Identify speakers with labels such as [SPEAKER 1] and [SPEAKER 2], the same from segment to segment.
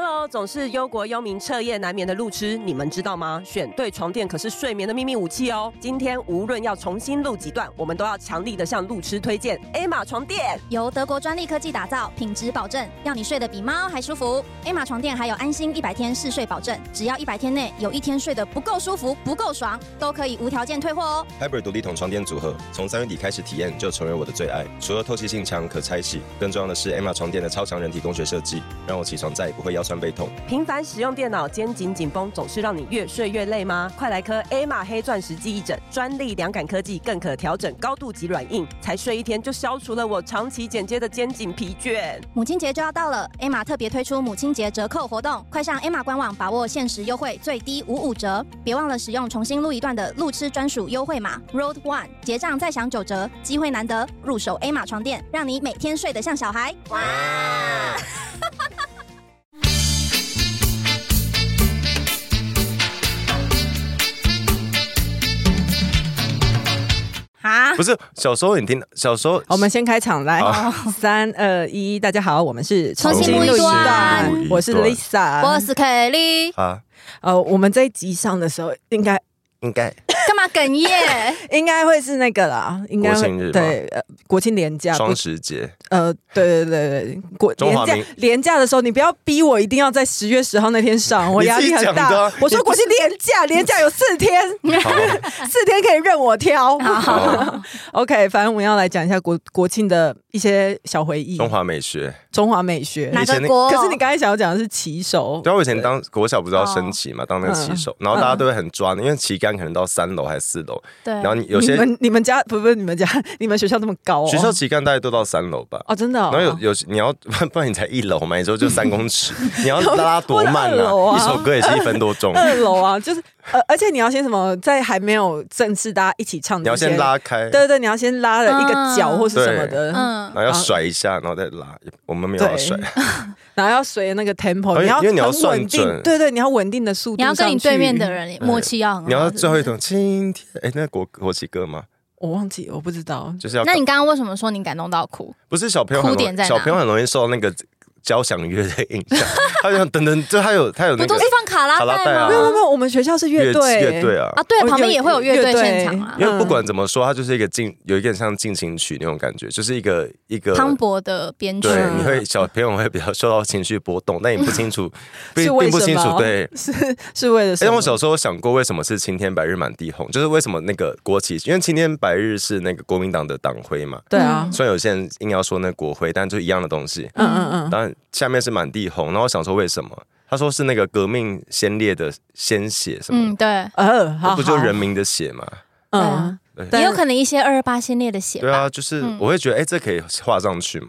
[SPEAKER 1] 喽，总是忧国忧民、彻夜难眠的路痴，你们知道吗？选对床垫可是睡眠的秘密武器哦。今天无论要重新录几段，我们都要强力的向路痴推荐 A 玛床垫。
[SPEAKER 2] 由德国专利科技打造，品质保证，让你睡得比猫还舒服。A 玛床垫还有安心一百天试睡保证，只要一百天内有一天睡得不够舒服、不够爽，都可以无条件退货哦。
[SPEAKER 3] Hybrid 独立筒床垫组合，从三月底开始体验就成为我的最爱。除了透气性强、可拆洗，更重要的是 Emma 床垫的超强人体工学设计，让我起床再也不会腰酸背痛。
[SPEAKER 1] 频繁使用电脑，肩颈紧绷，总是让你越睡越累吗？快来颗 A 玛黑钻石记忆枕，专利凉感科技，更可调整高度及软硬，才睡一天就消除了我长期剪接的肩颈疲倦。
[SPEAKER 2] 母亲节就要到了，A 玛特别推出母亲节折扣活动，快上 A 玛官网把握限时优惠，最低五五折。别忘了使用重新录一段的路痴专属优惠码 Road One，结账再享九折，机会难得，入手 A 玛床垫，让你每天睡得像小孩。哇！
[SPEAKER 4] 啊
[SPEAKER 3] 不！是小时候你听，小时候
[SPEAKER 4] 我们先开场来，三二一，大家好，我们是
[SPEAKER 2] 重新录一段
[SPEAKER 4] 我是
[SPEAKER 3] 重新录一
[SPEAKER 4] Lisa，
[SPEAKER 2] 我是 Kelly，
[SPEAKER 3] 啊，
[SPEAKER 4] 呃，我们这一集上的时候，应该
[SPEAKER 3] 应该
[SPEAKER 2] 干嘛哽 咽？
[SPEAKER 4] 应该会是那个啦，应该
[SPEAKER 3] 国庆日吗
[SPEAKER 4] 会对呃国庆连假，
[SPEAKER 3] 双
[SPEAKER 4] 不
[SPEAKER 3] 十 节
[SPEAKER 4] 呃对对对对国
[SPEAKER 3] 中华
[SPEAKER 4] 连假
[SPEAKER 3] 民
[SPEAKER 4] 连假的时候，你不要逼我一定要在十月十号那 天上，我
[SPEAKER 3] 你
[SPEAKER 4] 压
[SPEAKER 3] 自己
[SPEAKER 4] 力很
[SPEAKER 3] 讲的
[SPEAKER 4] 大
[SPEAKER 3] 啊。
[SPEAKER 4] 我说国庆连假，连假有四天，
[SPEAKER 3] 好
[SPEAKER 4] 四天可以任我 挑。
[SPEAKER 3] 好
[SPEAKER 4] OK，反正我们要来讲一下国国庆的一些小回忆，
[SPEAKER 3] 中华美学。
[SPEAKER 4] 中华美学。
[SPEAKER 2] 哪
[SPEAKER 3] 以前
[SPEAKER 2] 个
[SPEAKER 3] 那
[SPEAKER 2] 国？
[SPEAKER 4] 可是你刚才想要讲的是骑手，
[SPEAKER 3] 对啊，我以前当国小不是要升旗嘛，当那个旗手，然后大家都会很抓你，因为旗杆可能到三楼还是四楼，
[SPEAKER 2] 对，
[SPEAKER 3] 然后你有些
[SPEAKER 4] 你们你们家不不是你们家， 你们学校那么高哦？
[SPEAKER 3] 学校旗杆大概都到三楼吧。
[SPEAKER 4] 哦，真的、哦。
[SPEAKER 3] 然后有有你要 不然你才一楼嘛，你说就三 公尺，你要拉多慢
[SPEAKER 4] 或者二楼啊
[SPEAKER 3] 一首歌也是一分多
[SPEAKER 2] 嗯
[SPEAKER 3] 钟，
[SPEAKER 4] 二楼啊，就是呃，而且你要先什么，在还没有正式大家一起唱
[SPEAKER 3] 你
[SPEAKER 4] 之
[SPEAKER 3] 要
[SPEAKER 4] 前，
[SPEAKER 3] 先拉开，
[SPEAKER 4] 对对对，你要先拉了一个脚或是什么的，
[SPEAKER 2] 嗯
[SPEAKER 3] 然，后要甩一下，然后再拉。我们没有要甩，
[SPEAKER 4] 然后要随着那个 tempo，
[SPEAKER 3] 而且
[SPEAKER 4] 你要
[SPEAKER 3] 因为你要
[SPEAKER 4] 很稳
[SPEAKER 3] 算准
[SPEAKER 4] 定，对对，你要稳定的速度
[SPEAKER 2] 你要
[SPEAKER 4] 上去。
[SPEAKER 2] 跟你对面的，人默契要很好。
[SPEAKER 3] 你要最后一
[SPEAKER 2] 是不
[SPEAKER 3] 种今天，哎，那国国旗歌吗？
[SPEAKER 4] 我忘记，我不知道，
[SPEAKER 3] 就是要
[SPEAKER 2] 是，那你刚刚为什么说你感动到哭？
[SPEAKER 3] 不是小朋友很
[SPEAKER 2] 哭点
[SPEAKER 3] 容
[SPEAKER 2] 在
[SPEAKER 3] 易
[SPEAKER 2] 哪
[SPEAKER 3] 小朋友很容易受到那个交响乐的影响， 他就像噔噔，就他有他有
[SPEAKER 2] 不
[SPEAKER 3] 那
[SPEAKER 2] 都
[SPEAKER 3] 个
[SPEAKER 2] 是放卡拉
[SPEAKER 3] 卡拉
[SPEAKER 2] 带
[SPEAKER 3] 带
[SPEAKER 2] 吗
[SPEAKER 3] 啊
[SPEAKER 4] 没？有没有没有，我们学校是乐队
[SPEAKER 3] 乐队啊。
[SPEAKER 2] 啊，对，
[SPEAKER 4] 哦
[SPEAKER 2] 旁边
[SPEAKER 4] 有
[SPEAKER 2] 也会有乐队现场啊
[SPEAKER 4] 乐队，
[SPEAKER 3] 因为不管怎么说，它就是一个进有一点像进行曲那种感觉，就是一个一个
[SPEAKER 2] 磅礴的编曲。啊
[SPEAKER 3] 对，
[SPEAKER 4] 嗯
[SPEAKER 3] 你会小朋友会比较受到情绪波动，但你不清楚，并
[SPEAKER 4] 是为
[SPEAKER 3] 并不
[SPEAKER 4] 什
[SPEAKER 3] 清楚
[SPEAKER 4] 么
[SPEAKER 3] 对。
[SPEAKER 4] 是是为了什
[SPEAKER 3] 哎，
[SPEAKER 4] 么？
[SPEAKER 3] 我小时候想过，为什么是青天白日满地红？就是为什么那个国旗，因为青天白日是那个国民党的党徽嘛。
[SPEAKER 4] 对啊，
[SPEAKER 3] 虽然有些人硬要说那国徽，但就一样的东西。
[SPEAKER 4] 嗯嗯嗯，
[SPEAKER 3] 当然下面是满地红，然后我想说为什么？他说是那个革命先烈的鲜血什么
[SPEAKER 2] 嗯，对，
[SPEAKER 4] 呃，
[SPEAKER 3] 的，
[SPEAKER 4] 好，
[SPEAKER 3] 不就
[SPEAKER 4] 好
[SPEAKER 3] 人，民的血嘛？
[SPEAKER 2] 对啊
[SPEAKER 4] 嗯，但
[SPEAKER 2] 也有可能一些二二八先烈的血
[SPEAKER 3] 对
[SPEAKER 2] 吧，
[SPEAKER 3] 啊，就是我会觉得，哎，这可以画上去嘛？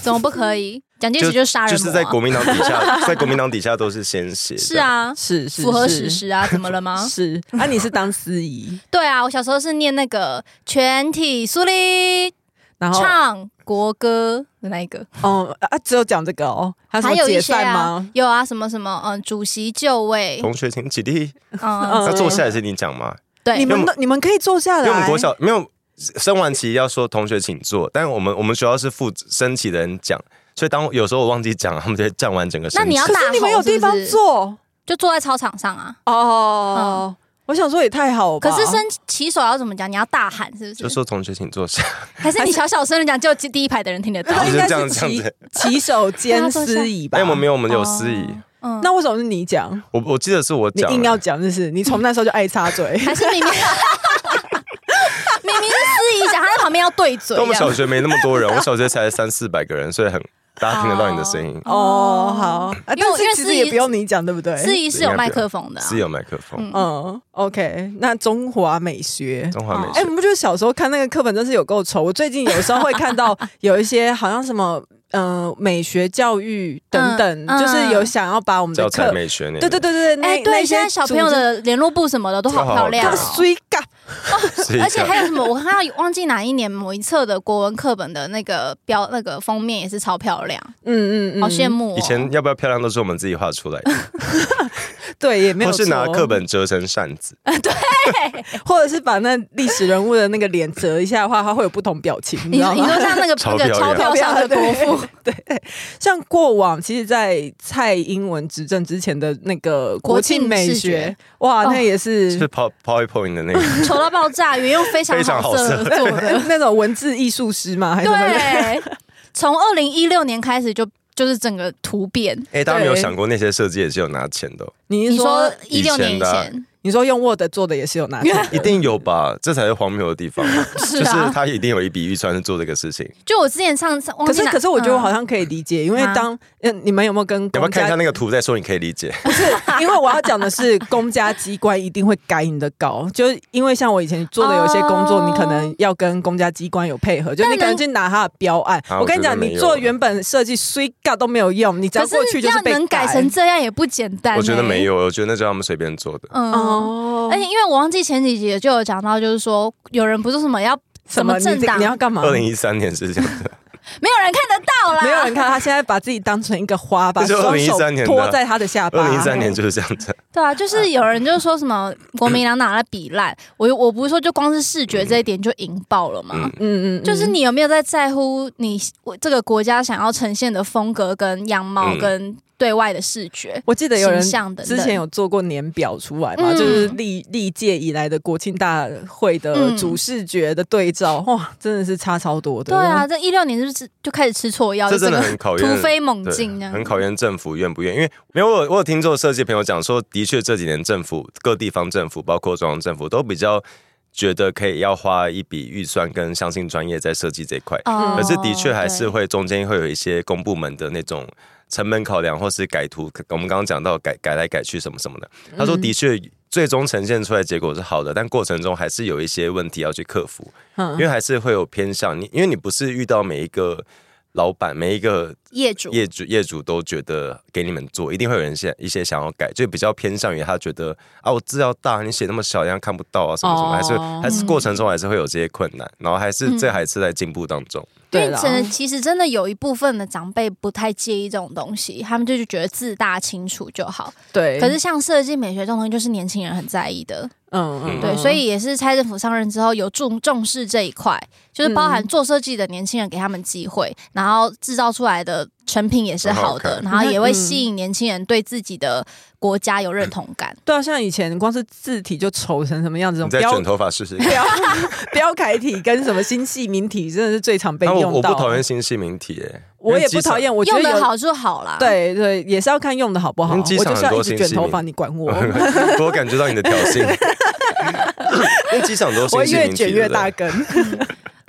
[SPEAKER 2] 怎么不可以？蒋介石就是杀人
[SPEAKER 3] 就
[SPEAKER 2] 魔啊，
[SPEAKER 3] 是在国民党底下，在国民党底下都是鲜血。
[SPEAKER 2] 是，啊，
[SPEAKER 4] 是是
[SPEAKER 2] 符合
[SPEAKER 4] 是
[SPEAKER 2] 史实啊，怎么了 吗？
[SPEAKER 4] 是，啊，你是当司仪，
[SPEAKER 2] 对啊，我小时候是念那个全体肃立，
[SPEAKER 4] 然后
[SPEAKER 2] 唱国歌的那一个，
[SPEAKER 4] 哦啊，只有讲这个哦，还有什
[SPEAKER 2] 还
[SPEAKER 4] 么
[SPEAKER 2] 有一
[SPEAKER 4] 解
[SPEAKER 2] 些
[SPEAKER 4] 散
[SPEAKER 2] 啊
[SPEAKER 4] 吗？，
[SPEAKER 2] 有啊，什么什么，嗯，主席就位，
[SPEAKER 3] 同学请起立。
[SPEAKER 2] 嗯，
[SPEAKER 4] 嗯
[SPEAKER 3] 那
[SPEAKER 2] 之类
[SPEAKER 3] 坐下
[SPEAKER 2] 的
[SPEAKER 3] 来是你讲吗？
[SPEAKER 2] 对，
[SPEAKER 4] 你们都你们可以坐下来，
[SPEAKER 3] 因为我们国小没有升完旗要说同学请坐，但我们我们学校是负责升旗的人讲，所以当有时候我忘记讲，他们就会站完整个升旗。
[SPEAKER 2] 那你要
[SPEAKER 4] 可
[SPEAKER 2] 大
[SPEAKER 4] 是
[SPEAKER 2] 吼
[SPEAKER 4] 你们有
[SPEAKER 2] 是不
[SPEAKER 4] 地方
[SPEAKER 2] 是
[SPEAKER 4] 坐
[SPEAKER 2] 就坐在操场上啊。
[SPEAKER 4] 哦。我想说也太好了吧，
[SPEAKER 2] 可是
[SPEAKER 3] 哦
[SPEAKER 2] 升旗手要怎么讲？你要大喊是不是？
[SPEAKER 3] 就说同学请坐下，
[SPEAKER 2] 还是你小小声的讲，就第一排的人听得到
[SPEAKER 3] 就
[SPEAKER 4] 应
[SPEAKER 3] 是
[SPEAKER 4] 该
[SPEAKER 3] 这样
[SPEAKER 4] 是
[SPEAKER 3] 这样
[SPEAKER 4] 骑
[SPEAKER 3] 子。
[SPEAKER 4] 骑手兼司仪 吧？
[SPEAKER 3] 哎，我们没有，我们有司仪。
[SPEAKER 2] 哦。嗯，
[SPEAKER 4] 那为什么是你讲？
[SPEAKER 3] 我我记得是我
[SPEAKER 4] 你
[SPEAKER 3] 讲，
[SPEAKER 4] 硬要讲，就是你从那时候就爱
[SPEAKER 2] ，
[SPEAKER 4] 插嘴
[SPEAKER 2] 还是明 明明明是司仪讲，他在旁边要对嘴
[SPEAKER 3] 但我
[SPEAKER 2] 这
[SPEAKER 3] 们小
[SPEAKER 2] 样。
[SPEAKER 3] 学没那么多人，我 小学才三四百个人，所以很大家听得到你的声音。
[SPEAKER 4] 哦，好，啊但
[SPEAKER 2] 因为我因为
[SPEAKER 4] 是其
[SPEAKER 2] 司
[SPEAKER 4] 实
[SPEAKER 2] 仪
[SPEAKER 4] 也不用你讲，对不对？
[SPEAKER 2] 司仪是有麦克风的啊，
[SPEAKER 3] 是有麦克风，
[SPEAKER 2] 嗯
[SPEAKER 4] 嗯，OK，那中华美学。
[SPEAKER 3] 中华美
[SPEAKER 4] 哎、
[SPEAKER 3] 学
[SPEAKER 4] 我们就是小时候看那个课本，真是有够丑。我最近有时候会看到 有一些好像什么，呃，美学教育等等，
[SPEAKER 2] 嗯嗯
[SPEAKER 4] 就是有想要把我们的
[SPEAKER 3] 教材
[SPEAKER 4] 课，
[SPEAKER 3] 美学那个
[SPEAKER 4] 对对对对，那、
[SPEAKER 2] 哎，
[SPEAKER 4] 那
[SPEAKER 2] 对，
[SPEAKER 4] 些
[SPEAKER 2] 现在小朋友的联络簿什么的都好漂亮
[SPEAKER 3] 这个
[SPEAKER 4] 他们
[SPEAKER 3] 好
[SPEAKER 2] 哦。
[SPEAKER 4] 虽尬，
[SPEAKER 3] 是一个
[SPEAKER 2] 而且还有什么？我看到忘记哪一年某一册的国文课本的那个标那个封面也是超漂亮，
[SPEAKER 4] 嗯嗯嗯，
[SPEAKER 2] 好羡慕哦。
[SPEAKER 3] 以前要不要漂亮都是我们自己画出来的，
[SPEAKER 4] 对，也 没有
[SPEAKER 3] 或是拿
[SPEAKER 4] 错
[SPEAKER 3] 课，本折成扇 子，
[SPEAKER 4] 或者是把那历史人物的那个脸折一下的话，它会有不同表情，
[SPEAKER 2] 你
[SPEAKER 4] 你知
[SPEAKER 2] 说
[SPEAKER 4] 道
[SPEAKER 2] 你
[SPEAKER 4] 吗
[SPEAKER 2] 说？像那个
[SPEAKER 3] 钞
[SPEAKER 2] 那个
[SPEAKER 3] 票一
[SPEAKER 2] 钞
[SPEAKER 3] 样
[SPEAKER 2] 票上的国父，
[SPEAKER 4] 对，像过往其实，在蔡英文执政之前的那个
[SPEAKER 2] 国
[SPEAKER 4] 国
[SPEAKER 2] 庆
[SPEAKER 4] 庆美
[SPEAKER 2] 视
[SPEAKER 4] 学
[SPEAKER 2] 觉，
[SPEAKER 4] 哇，那
[SPEAKER 2] 哦
[SPEAKER 4] 也
[SPEAKER 3] 就是 Pow PowerPoint 的那个。
[SPEAKER 2] 丑到爆炸，原用非常
[SPEAKER 3] 非常
[SPEAKER 2] 好
[SPEAKER 3] 好
[SPEAKER 2] 色
[SPEAKER 3] 色
[SPEAKER 2] 做 的，
[SPEAKER 4] 那种文字艺术师嘛，还是什哎么的？
[SPEAKER 2] 对，从二零一六年开始就就是整个突变。
[SPEAKER 3] 哎、大家没有
[SPEAKER 4] 对
[SPEAKER 3] 想过那些设计也是有拿钱的哦、
[SPEAKER 4] 你是
[SPEAKER 2] 你
[SPEAKER 4] 说
[SPEAKER 2] 说一六年以
[SPEAKER 3] 以前的啊
[SPEAKER 2] 前，
[SPEAKER 4] 你说用 Word 做的也是有拿钱
[SPEAKER 3] 一定有吧？这才是荒谬的地方、
[SPEAKER 2] 是
[SPEAKER 3] 就是
[SPEAKER 2] 啊，
[SPEAKER 3] 他一定有一笔预算是做这个事情。
[SPEAKER 2] 就我之前上次忘
[SPEAKER 4] 可
[SPEAKER 2] 记
[SPEAKER 4] 是
[SPEAKER 2] 哪
[SPEAKER 4] 可是我觉得我好
[SPEAKER 2] 嗯
[SPEAKER 4] 像可以理解，因为
[SPEAKER 2] 啊
[SPEAKER 4] 当嗯，你们有没有跟
[SPEAKER 3] 你要不要
[SPEAKER 4] 公
[SPEAKER 3] 看一下
[SPEAKER 4] 家？
[SPEAKER 3] 那个图再说？你可以理解。
[SPEAKER 4] 因为我要讲的 是，公家机关一定会改你的稿，就是因为像我以前做的有些工作，
[SPEAKER 2] 哦
[SPEAKER 4] 你可能要跟公家机关有配合，就
[SPEAKER 2] 但
[SPEAKER 4] 你可能
[SPEAKER 2] 能
[SPEAKER 4] 去拿他的标案。
[SPEAKER 3] 啊
[SPEAKER 4] 我跟你讲，
[SPEAKER 3] 我觉得没
[SPEAKER 4] 你
[SPEAKER 3] 有
[SPEAKER 4] 做原本设计虽尬都没有用，你只要
[SPEAKER 2] 可
[SPEAKER 4] 过去就是
[SPEAKER 2] 要
[SPEAKER 4] 被
[SPEAKER 2] 能改成这样也不简单、欸。
[SPEAKER 3] 我觉得没有，我觉得那是他们随便做的。
[SPEAKER 2] 嗯，
[SPEAKER 4] 哦
[SPEAKER 2] 而且因为我忘记前几集就有讲到，就是说有人不是什么要
[SPEAKER 4] 什么
[SPEAKER 2] 什么政
[SPEAKER 4] 你
[SPEAKER 2] 党
[SPEAKER 4] 你要干嘛？
[SPEAKER 3] 二零一三年是这样的，
[SPEAKER 2] 没有人看得到啦，
[SPEAKER 4] 没有人看，他现在把自己当成一个花，把
[SPEAKER 3] 这是
[SPEAKER 4] 双手
[SPEAKER 3] 2013年的
[SPEAKER 4] 托在他的下巴。
[SPEAKER 3] 二零一三年就是这样子。
[SPEAKER 2] 对啊，就是有人就说什么国民党拿了比烂，我我不是说就光是视觉这一点就赢爆了嘛。
[SPEAKER 3] 嗯
[SPEAKER 4] 嗯，嗯嗯，
[SPEAKER 2] 就是你有没有在在乎你我这个国家想要呈现的风格、跟样貌、
[SPEAKER 3] 嗯
[SPEAKER 2] 跟对外的视觉？
[SPEAKER 4] 我记得有人
[SPEAKER 2] 形象等等
[SPEAKER 4] 之前有做过年表出来嘛，
[SPEAKER 2] 嗯
[SPEAKER 4] 就是历历届以来的国庆大会的
[SPEAKER 2] 嗯
[SPEAKER 4] 主视觉的对照，哇，真的是差超多的。
[SPEAKER 2] 对啊，，这一六年是不是就开始吃错药，
[SPEAKER 3] 这
[SPEAKER 2] 就
[SPEAKER 3] 真
[SPEAKER 2] 整
[SPEAKER 3] 的
[SPEAKER 2] 个
[SPEAKER 3] 很考验
[SPEAKER 2] 突飞猛
[SPEAKER 3] 对
[SPEAKER 2] 进这样
[SPEAKER 3] 很。考验政府愿不愿意。因为没有我有，我有听做设计朋友讲说，的确这几年政府各地方政府，包括中央政府，都比较觉得可以要花一笔预算跟相信专业在设计这一块。
[SPEAKER 2] 哦
[SPEAKER 3] 可是的确还是
[SPEAKER 2] 对
[SPEAKER 3] 会中间会有一些公部门的那种成本考量，或是改图，我们刚刚讲到改改来改去什么什么的。他
[SPEAKER 2] 嗯
[SPEAKER 3] 说的确。最终呈现出来结果是好的，但过程中还是有一些问题要去克服，因
[SPEAKER 4] 嗯，
[SPEAKER 3] 为还是会有偏向你，因为你不是遇到每一个老板、每一个
[SPEAKER 2] 业主
[SPEAKER 3] 业主业主都觉得给你们做，一定会有人想一些想要改，就比较偏向于他觉得啊，我字要大，你写那么小，人家看不到啊，什么什么，
[SPEAKER 4] 哦
[SPEAKER 3] 还是还是
[SPEAKER 2] 嗯
[SPEAKER 3] 过程中还是会有这些困难，然后还是、这还是在进步当中。
[SPEAKER 2] 因
[SPEAKER 4] 对
[SPEAKER 2] 为
[SPEAKER 4] 啦
[SPEAKER 2] 真的，其实真的有一部分的长辈不太介意这种东西，他们就是觉得自大清楚就好。
[SPEAKER 4] 对，
[SPEAKER 2] 可是像设计美学这种东西，就是年轻人很在意的，
[SPEAKER 4] 嗯嗯，
[SPEAKER 2] 对，
[SPEAKER 4] 嗯
[SPEAKER 2] 所以也是蔡政府上任之后有重重视这一块，就是包
[SPEAKER 4] 嗯
[SPEAKER 2] 含做设计的年轻人给他们机会，然后制造出来的成品也是好的，
[SPEAKER 3] 很
[SPEAKER 2] 然后也
[SPEAKER 4] 嗯
[SPEAKER 2] 会吸引年轻人对自己的国家有认同感。
[SPEAKER 4] 对啊，像以前光是字体就丑成什么样子，这
[SPEAKER 3] 你
[SPEAKER 4] 种
[SPEAKER 3] 再
[SPEAKER 4] 标
[SPEAKER 3] 卷头发试试看。
[SPEAKER 4] 标标楷体跟什么新细明体真的是最常被
[SPEAKER 3] 啊但我我
[SPEAKER 4] 用到。
[SPEAKER 3] 不讨厌，新系名体、欸，
[SPEAKER 4] 我
[SPEAKER 3] 因
[SPEAKER 4] 也
[SPEAKER 3] 为机
[SPEAKER 4] 不
[SPEAKER 3] 场
[SPEAKER 4] 讨。 厌，我觉
[SPEAKER 2] 用
[SPEAKER 4] 得
[SPEAKER 2] 得
[SPEAKER 4] 有。
[SPEAKER 2] 好就好啦，，
[SPEAKER 4] 对对，也是要看用的好不好。
[SPEAKER 3] 因
[SPEAKER 4] 我
[SPEAKER 3] 为机
[SPEAKER 4] 就
[SPEAKER 3] 场
[SPEAKER 4] 是要
[SPEAKER 3] 很
[SPEAKER 4] 一
[SPEAKER 3] 多
[SPEAKER 4] 直
[SPEAKER 3] 新
[SPEAKER 4] 卷
[SPEAKER 3] 细
[SPEAKER 4] 头
[SPEAKER 3] 明
[SPEAKER 4] 发，你管 我。
[SPEAKER 3] 我感觉到你的挑衅， 因为机场都
[SPEAKER 4] 我
[SPEAKER 3] 新系
[SPEAKER 4] 越
[SPEAKER 3] 名体
[SPEAKER 4] 卷越大
[SPEAKER 3] 对不
[SPEAKER 4] 根，
[SPEAKER 2] 呃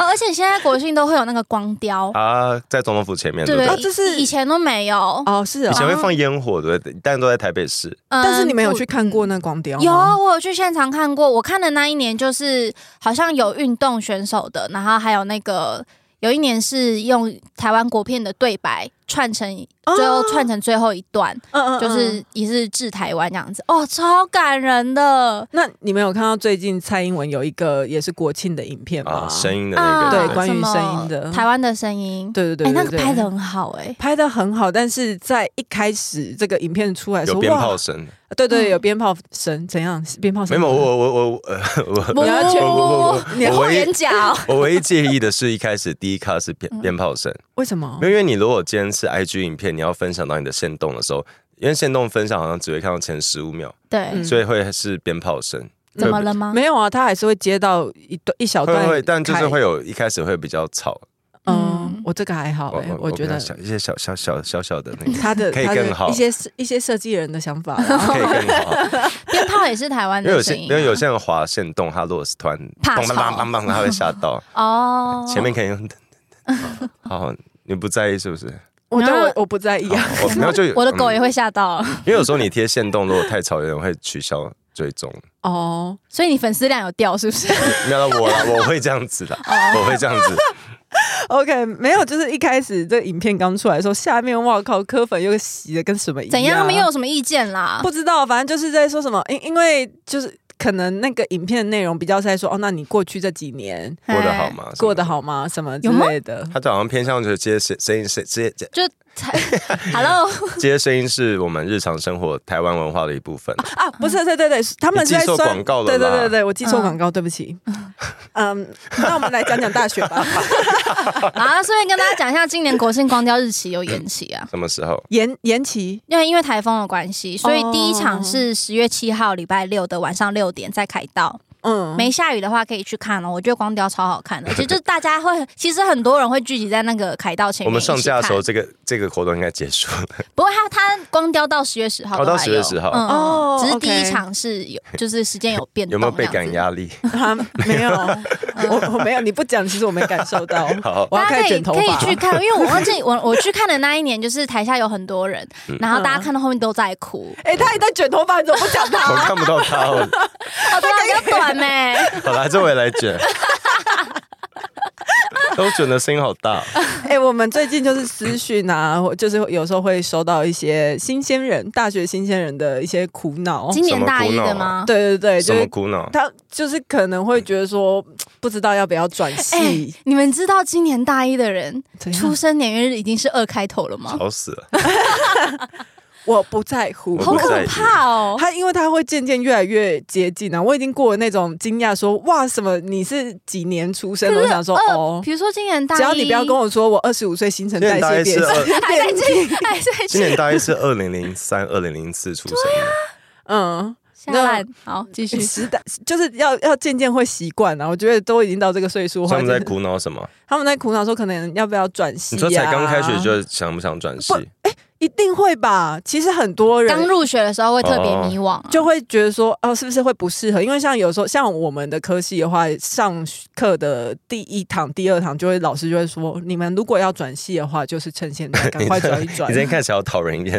[SPEAKER 2] 而且现在国庆都会有那个光雕
[SPEAKER 3] 对，啊，在总统府前面，
[SPEAKER 2] 对
[SPEAKER 3] 对
[SPEAKER 2] 不
[SPEAKER 3] 不
[SPEAKER 2] 对？
[SPEAKER 4] 啊
[SPEAKER 3] 对？
[SPEAKER 4] 这是
[SPEAKER 2] 以以前都没有，
[SPEAKER 4] 哦，是
[SPEAKER 3] 以前
[SPEAKER 4] 哦。
[SPEAKER 3] 会放烟火，对不对？但都在台北市，
[SPEAKER 2] 嗯
[SPEAKER 4] 但是你们有
[SPEAKER 2] 不
[SPEAKER 4] 去看过那光雕吗？
[SPEAKER 2] 有，我有去现场看过。我看的那一年就是好像有运动选手的，然后还有那个有一年是用台湾国片的对白串成，
[SPEAKER 4] 哦
[SPEAKER 2] 最后串成最后一段，
[SPEAKER 4] 嗯嗯嗯
[SPEAKER 2] 就是也是致台湾这样子。哦，超感人的。
[SPEAKER 4] 那你们有看到最近蔡英文有一个也是国庆的影片吗？
[SPEAKER 3] 啊，声
[SPEAKER 4] 音
[SPEAKER 3] 音的那个，
[SPEAKER 4] 对关于
[SPEAKER 2] 什么
[SPEAKER 4] 声音的
[SPEAKER 2] 台湾的声音，
[SPEAKER 4] 对对对
[SPEAKER 2] 哎、
[SPEAKER 4] 对
[SPEAKER 2] 那个
[SPEAKER 4] 对
[SPEAKER 2] 拍的很好哎、
[SPEAKER 4] 拍的很好，但是在一开始这个影片出来的时
[SPEAKER 3] 有
[SPEAKER 4] 候，
[SPEAKER 3] 鞭炮
[SPEAKER 4] 哇，
[SPEAKER 3] 声，
[SPEAKER 4] 对对，
[SPEAKER 2] 嗯
[SPEAKER 4] 有鞭炮声，怎样？鞭炮
[SPEAKER 3] 没
[SPEAKER 4] 声？
[SPEAKER 3] 有，我我 我呃我
[SPEAKER 4] 你要全部
[SPEAKER 3] 我我
[SPEAKER 2] 你的
[SPEAKER 3] 我
[SPEAKER 2] 后
[SPEAKER 3] 唯一
[SPEAKER 2] 眼 角
[SPEAKER 3] 我唯一介意的是一开始第一卡是鞭鞭炮声，
[SPEAKER 4] 为什么
[SPEAKER 3] 没？有，因为你如果今天是 IG 影片，你要分享到你的线动的时候，因为线动分享好像只会看到前十五秒，
[SPEAKER 2] 对，
[SPEAKER 4] 嗯
[SPEAKER 3] 所以会是鞭炮声。
[SPEAKER 2] 怎么了吗？
[SPEAKER 4] 没有啊，他还是会接到一段一小
[SPEAKER 3] 会
[SPEAKER 4] 段
[SPEAKER 3] 会，但就是
[SPEAKER 4] 哦开
[SPEAKER 3] 会。有一开始会比较吵。
[SPEAKER 4] 嗯，我这个还好哎，我觉
[SPEAKER 3] 比较
[SPEAKER 4] 得
[SPEAKER 3] 小一些小小小小小的那个，
[SPEAKER 4] 他的
[SPEAKER 3] 可以
[SPEAKER 4] 他的
[SPEAKER 3] 更好
[SPEAKER 4] 一些设一些设计人的想法啦，
[SPEAKER 3] 可以更好。
[SPEAKER 2] 鞭炮也是台湾
[SPEAKER 3] 因为有
[SPEAKER 2] 的
[SPEAKER 3] 些
[SPEAKER 2] 声音
[SPEAKER 3] 因
[SPEAKER 2] 啊、
[SPEAKER 3] 为有些人滑线动，他如果是突然
[SPEAKER 2] 怕
[SPEAKER 3] 砰砰
[SPEAKER 2] 吵
[SPEAKER 3] 砰砰砰，他会吓到。
[SPEAKER 2] 哦，
[SPEAKER 3] 前面可以用噔 噔噔。好，你不在意是不是？
[SPEAKER 4] 我对
[SPEAKER 2] 然后
[SPEAKER 4] 我我不在意啊。
[SPEAKER 3] 好我然后就有
[SPEAKER 2] 我的狗也，
[SPEAKER 3] 嗯
[SPEAKER 2] 会吓到。
[SPEAKER 3] 因为有时候你贴线动，如果太吵，有人会取消追踪。
[SPEAKER 4] 哦，
[SPEAKER 2] 所以你粉丝量有掉是不是？
[SPEAKER 3] 没有啦我啦，我会这样子的，我会这样子。
[SPEAKER 4] OK，没有，就是一开始这影片刚出来的时候，下面哇靠，柯粉又洗的跟什么一样。
[SPEAKER 2] 怎样？他们又有什么意见啦？
[SPEAKER 4] 不知道，反正就是在说什么，因因为就是。可能那个影片的内容比较是在说，哦，那你过去这几年
[SPEAKER 2] 哎
[SPEAKER 3] 过得好吗？
[SPEAKER 4] 过得。好吗？什么之
[SPEAKER 2] 有吗
[SPEAKER 4] 类的。
[SPEAKER 3] 他就好像偏向就是接声声音是接接
[SPEAKER 2] 就才 Hello，
[SPEAKER 3] 接声音是我们日常生活台湾文化的一部分。
[SPEAKER 4] 啊，不是，对对对，是他们
[SPEAKER 3] 你
[SPEAKER 4] 是
[SPEAKER 3] 记
[SPEAKER 4] 在
[SPEAKER 3] 错
[SPEAKER 4] 酸
[SPEAKER 3] 广告了
[SPEAKER 4] 对对
[SPEAKER 3] 啦
[SPEAKER 4] 对对，我记错
[SPEAKER 2] 嗯
[SPEAKER 4] 广告，对不起。嗯，那我们来讲讲大学 吧。
[SPEAKER 2] 然后顺便跟大家讲一下，今年国庆光雕日期有延期啊，
[SPEAKER 3] 什么时候？
[SPEAKER 4] 延延期，
[SPEAKER 2] 因为因为台风的关系，所以第一场
[SPEAKER 4] 哦
[SPEAKER 2] 是十月七号礼拜六的晚上六点在凯道。
[SPEAKER 4] 嗯，
[SPEAKER 2] 没下雨的话可以去看哦，我觉得光雕超好看的， 而且就是大家会，其实很多人会聚集在那个凯道前
[SPEAKER 3] 我
[SPEAKER 2] 面。
[SPEAKER 3] 们上架的时候，，这个这个活动应该结束 了。
[SPEAKER 2] 不过它它光雕到十月十号
[SPEAKER 3] 哦
[SPEAKER 2] 都还有，
[SPEAKER 3] 到10月10号
[SPEAKER 2] 嗯
[SPEAKER 4] 哦
[SPEAKER 2] 只是
[SPEAKER 4] OK
[SPEAKER 2] 第一场是有，就是时间有变
[SPEAKER 3] 有
[SPEAKER 2] 动，
[SPEAKER 3] 没有被赶
[SPEAKER 2] 这样
[SPEAKER 3] 压力？
[SPEAKER 4] 他没有，我我没有，你不讲，其实我没感受到。
[SPEAKER 3] 好，
[SPEAKER 4] 我要
[SPEAKER 2] 大家
[SPEAKER 4] 开
[SPEAKER 2] 可
[SPEAKER 4] 始
[SPEAKER 2] 以
[SPEAKER 4] 剪头
[SPEAKER 2] 可以
[SPEAKER 4] 发。
[SPEAKER 2] 去看，因为我忘记我我去看的那一年，就是台下有很多人，然后大家看到后面都在哭，
[SPEAKER 4] 哎，他也在卷头发，你怎么不 讲
[SPEAKER 3] 我
[SPEAKER 4] 他？
[SPEAKER 3] 看不到他 哦。
[SPEAKER 4] 嗯
[SPEAKER 2] 哦，头发比较短呢、
[SPEAKER 3] 好啦，这我也来 卷。都卷的声音好大，哦
[SPEAKER 4] 哎，我们最近就是私讯啊，或就是有时候会收到一些新鲜人、大学新鲜人的一些苦恼。啊
[SPEAKER 2] 今年大一的吗？
[SPEAKER 4] 对对对，哎就
[SPEAKER 3] 什么
[SPEAKER 4] 是
[SPEAKER 3] 苦恼？
[SPEAKER 4] 他就是可能会觉得说，不知道要不要转系。
[SPEAKER 2] 哎你们知道今年大一的人
[SPEAKER 4] 怎
[SPEAKER 2] 哎
[SPEAKER 4] 样
[SPEAKER 2] 出生年月日已经是二开头了吗？
[SPEAKER 3] 吵死了！
[SPEAKER 4] 我不在乎，
[SPEAKER 3] 我
[SPEAKER 2] 好
[SPEAKER 3] 不在
[SPEAKER 2] 可怕哦！
[SPEAKER 4] 他因为他会渐渐越来越接近啊，我已经过了那种惊讶说哇什么你是几年出生的，我想说
[SPEAKER 2] 二
[SPEAKER 4] 哦，
[SPEAKER 2] 比如说今年大一，哎
[SPEAKER 4] 只要你不要跟我说我二十五岁新陈
[SPEAKER 3] 今
[SPEAKER 4] 代
[SPEAKER 3] 年大
[SPEAKER 4] 谢
[SPEAKER 3] 一
[SPEAKER 4] 变
[SPEAKER 3] 是
[SPEAKER 4] 少，
[SPEAKER 3] 二，
[SPEAKER 2] 还在这，还在
[SPEAKER 3] 今
[SPEAKER 2] 这
[SPEAKER 3] 年，大一是二零零三、二零零四出生
[SPEAKER 4] 啊
[SPEAKER 3] 的，
[SPEAKER 4] 嗯，
[SPEAKER 2] 下来好继续。
[SPEAKER 4] 时代就是要要渐渐会习惯啊。我觉得都已经到这个岁数，
[SPEAKER 3] 他们在
[SPEAKER 4] 或者
[SPEAKER 3] 苦恼什么？
[SPEAKER 4] 他们在苦恼说可能要不要转系、啊，
[SPEAKER 3] 你说才刚开学就想不想转系？
[SPEAKER 4] 一定会吧？其实很多人
[SPEAKER 2] 刚入学的时候会特别迷惘啊，
[SPEAKER 4] 就会觉得说，哦，是不是会不适合？因为像有时候，像我们的科系的话，上课的第一堂、第二堂，就会老师就会说，你们如果要转系的话，就是趁现 在赶
[SPEAKER 3] 你
[SPEAKER 4] 快
[SPEAKER 3] 这
[SPEAKER 4] 转一转
[SPEAKER 3] 你。今天看起来好讨人 厌，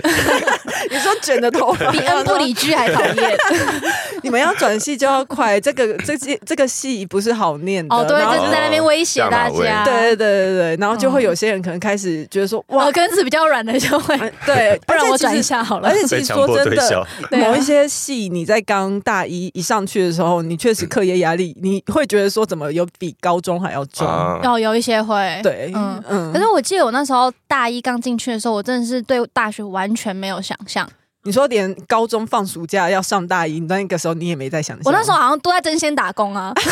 [SPEAKER 4] 你说卷的 头发
[SPEAKER 2] 比恩不，理居还讨厌。
[SPEAKER 4] 你们要转系就要快，这个这些这个系不是好念的。
[SPEAKER 2] 哦，对，
[SPEAKER 4] 然后
[SPEAKER 2] 就是啊哦在那边威胁大家。
[SPEAKER 4] 对对对对对，然后就会有些人可能开始觉得说，哇
[SPEAKER 2] 耳，根子比较软的就会，
[SPEAKER 4] 嗯对，
[SPEAKER 2] 哦 不然
[SPEAKER 4] 而且
[SPEAKER 2] 我
[SPEAKER 4] 其
[SPEAKER 2] 转一
[SPEAKER 4] 实。
[SPEAKER 2] 下好了
[SPEAKER 4] 而。且其
[SPEAKER 3] 被
[SPEAKER 4] 实
[SPEAKER 3] 强
[SPEAKER 4] 说
[SPEAKER 3] 迫
[SPEAKER 4] 真
[SPEAKER 3] 推
[SPEAKER 4] 的，
[SPEAKER 3] 销。
[SPEAKER 2] 对啊
[SPEAKER 4] 某一些戏，你在刚大一一上去的时候，你确实课业压力，你会觉得说怎么有比高中还要重？
[SPEAKER 3] 啊
[SPEAKER 2] 有有一些会，
[SPEAKER 4] 对，
[SPEAKER 2] 嗯
[SPEAKER 4] 嗯
[SPEAKER 2] 可
[SPEAKER 4] 嗯
[SPEAKER 2] 是。我记得我那时候大一刚进去的时候，我真的是对大学完全没有想象。
[SPEAKER 4] 你说连高中放暑假要上大一，那个时候你也没在想象。
[SPEAKER 2] 我那时候好像都在争先打工啊。可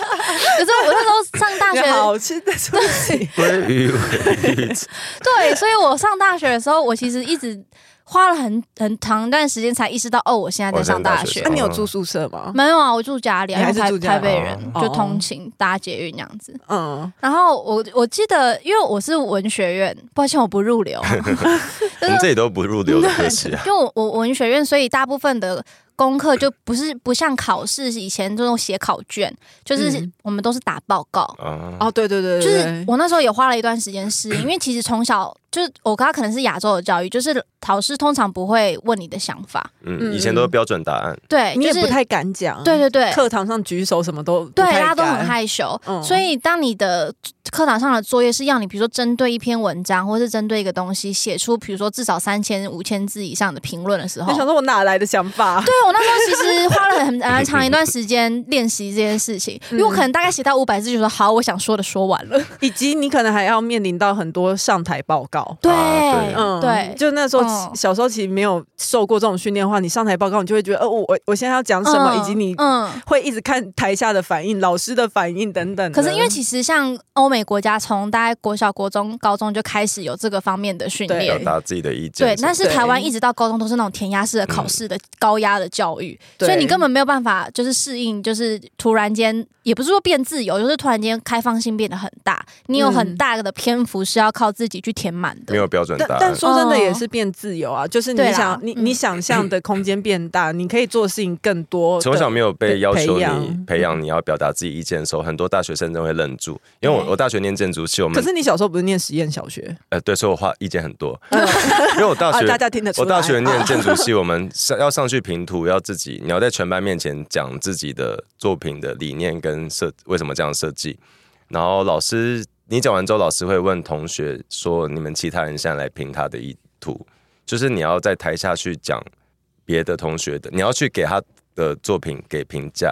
[SPEAKER 2] 是我那时候上大
[SPEAKER 4] 你
[SPEAKER 2] 学，
[SPEAKER 4] 好吃的东西，
[SPEAKER 3] 鲑鱼鲑鱼
[SPEAKER 2] 对，所以我上大学的时候，我其实一直花了很很长一段时间才意识到，哦，我现在在上大学
[SPEAKER 3] 我现在在大学
[SPEAKER 4] 那、。啊你有住宿舍吗？
[SPEAKER 2] 没有啊，我住家里啊，
[SPEAKER 4] 你
[SPEAKER 2] 因为
[SPEAKER 4] 还是
[SPEAKER 2] 台
[SPEAKER 4] 住家
[SPEAKER 2] 台
[SPEAKER 4] 里
[SPEAKER 2] 北人，
[SPEAKER 4] 哦
[SPEAKER 2] 就通勤搭捷运那样子。
[SPEAKER 4] 嗯，
[SPEAKER 2] 然后我我记得，因为我是文学院，抱歉我不入流，
[SPEAKER 3] 我们这里都不入流的科系啊。
[SPEAKER 2] 因为我我文学院，所以大部分的功课就不是不像考试以前这种写考卷，就是
[SPEAKER 4] 嗯
[SPEAKER 2] 我们都是打报告。
[SPEAKER 3] 啊，
[SPEAKER 4] 哦，对对对
[SPEAKER 2] 就
[SPEAKER 4] 对
[SPEAKER 2] 是
[SPEAKER 4] 对，
[SPEAKER 2] 我那时候也花了一段时间适应，因为其实从小就是我刚刚可能是亚洲的教育，就是老师通常不会问你的想法，
[SPEAKER 3] 嗯，
[SPEAKER 4] 嗯
[SPEAKER 3] 以前都是标准答案，
[SPEAKER 2] 对，
[SPEAKER 4] 你
[SPEAKER 2] 就
[SPEAKER 4] 也
[SPEAKER 2] 是
[SPEAKER 4] 不太敢讲。
[SPEAKER 2] 对对对，
[SPEAKER 4] 课堂上举手什么都不
[SPEAKER 2] 对，
[SPEAKER 4] 太
[SPEAKER 2] 大家都很
[SPEAKER 4] 敢
[SPEAKER 2] 害羞，
[SPEAKER 4] 嗯
[SPEAKER 2] 所以当你的课堂上的作业是要你，比如说针对一篇文章，或是针对一个东西，写出比如说至少三千、五千字以上的评论的时候
[SPEAKER 4] 我，想说，我哪来的想法？
[SPEAKER 2] 对我那时候其实花了很 很长一段时间练习这件事情，因为我可能大概写到五百字就说好，我想说的说完了。
[SPEAKER 4] 以及你可能还要面临到很多上台报告。
[SPEAKER 2] 对，
[SPEAKER 3] 对
[SPEAKER 4] 嗯，
[SPEAKER 2] 对
[SPEAKER 4] 就那时候、
[SPEAKER 2] 嗯
[SPEAKER 4] 小时候其实没有受过这种训练的话，你上台报告，你就会觉得，哦，我我我现在要讲什么，
[SPEAKER 2] 嗯
[SPEAKER 4] 以及你
[SPEAKER 2] 嗯。
[SPEAKER 4] 会一直看台下的反应、老师的反应等等的。
[SPEAKER 2] 可是因为其实像欧美国家，从大概国小、国中、高中就开始有这个方面的训
[SPEAKER 4] 对
[SPEAKER 2] 练
[SPEAKER 3] 表，达自己的意见。
[SPEAKER 2] 对，但是
[SPEAKER 4] 对
[SPEAKER 2] 台湾一直到高中都是那种填鸭式的考试的、高压的教育，
[SPEAKER 4] 对
[SPEAKER 2] 所以你根本没有办法就是适应，就是突然间也不是说变自由，就是突然间开放性变得很大，你有很大的篇幅是要靠自己去填满的。
[SPEAKER 3] 没有标准
[SPEAKER 4] 但
[SPEAKER 3] 答案
[SPEAKER 4] 但。说真的，
[SPEAKER 2] 哦
[SPEAKER 4] 也是变自由啊，就是
[SPEAKER 2] 对
[SPEAKER 4] 你
[SPEAKER 2] 啦
[SPEAKER 4] 想你
[SPEAKER 2] 嗯
[SPEAKER 4] 你想象的空间变大，你可以做的事情更多。
[SPEAKER 3] 从小没有被要求
[SPEAKER 4] 培
[SPEAKER 3] 你
[SPEAKER 4] 养
[SPEAKER 3] 培养你要表达自己意见的时候，很多大学生都会愣住。因为我
[SPEAKER 2] 对
[SPEAKER 3] 我大学念建筑系，我
[SPEAKER 4] 可
[SPEAKER 3] 们
[SPEAKER 4] 是你小时候不是念实验小学
[SPEAKER 3] 呃对，所以我话意见很 多。因为我大
[SPEAKER 4] 啊？
[SPEAKER 3] 学
[SPEAKER 4] 嗯大家听得出
[SPEAKER 3] 我
[SPEAKER 4] 来？
[SPEAKER 3] 大学念
[SPEAKER 4] 啊
[SPEAKER 3] 建筑 系，我们上要上去评图，要自己，你要在全班面前讲自己的作品的理念跟设为什么这样设计。然后老师，你讲完之后，老师会问同学说：“你们其他人现在来评他的意图，就是你要在台下去讲别的同学的，你要去给他的作品给评价，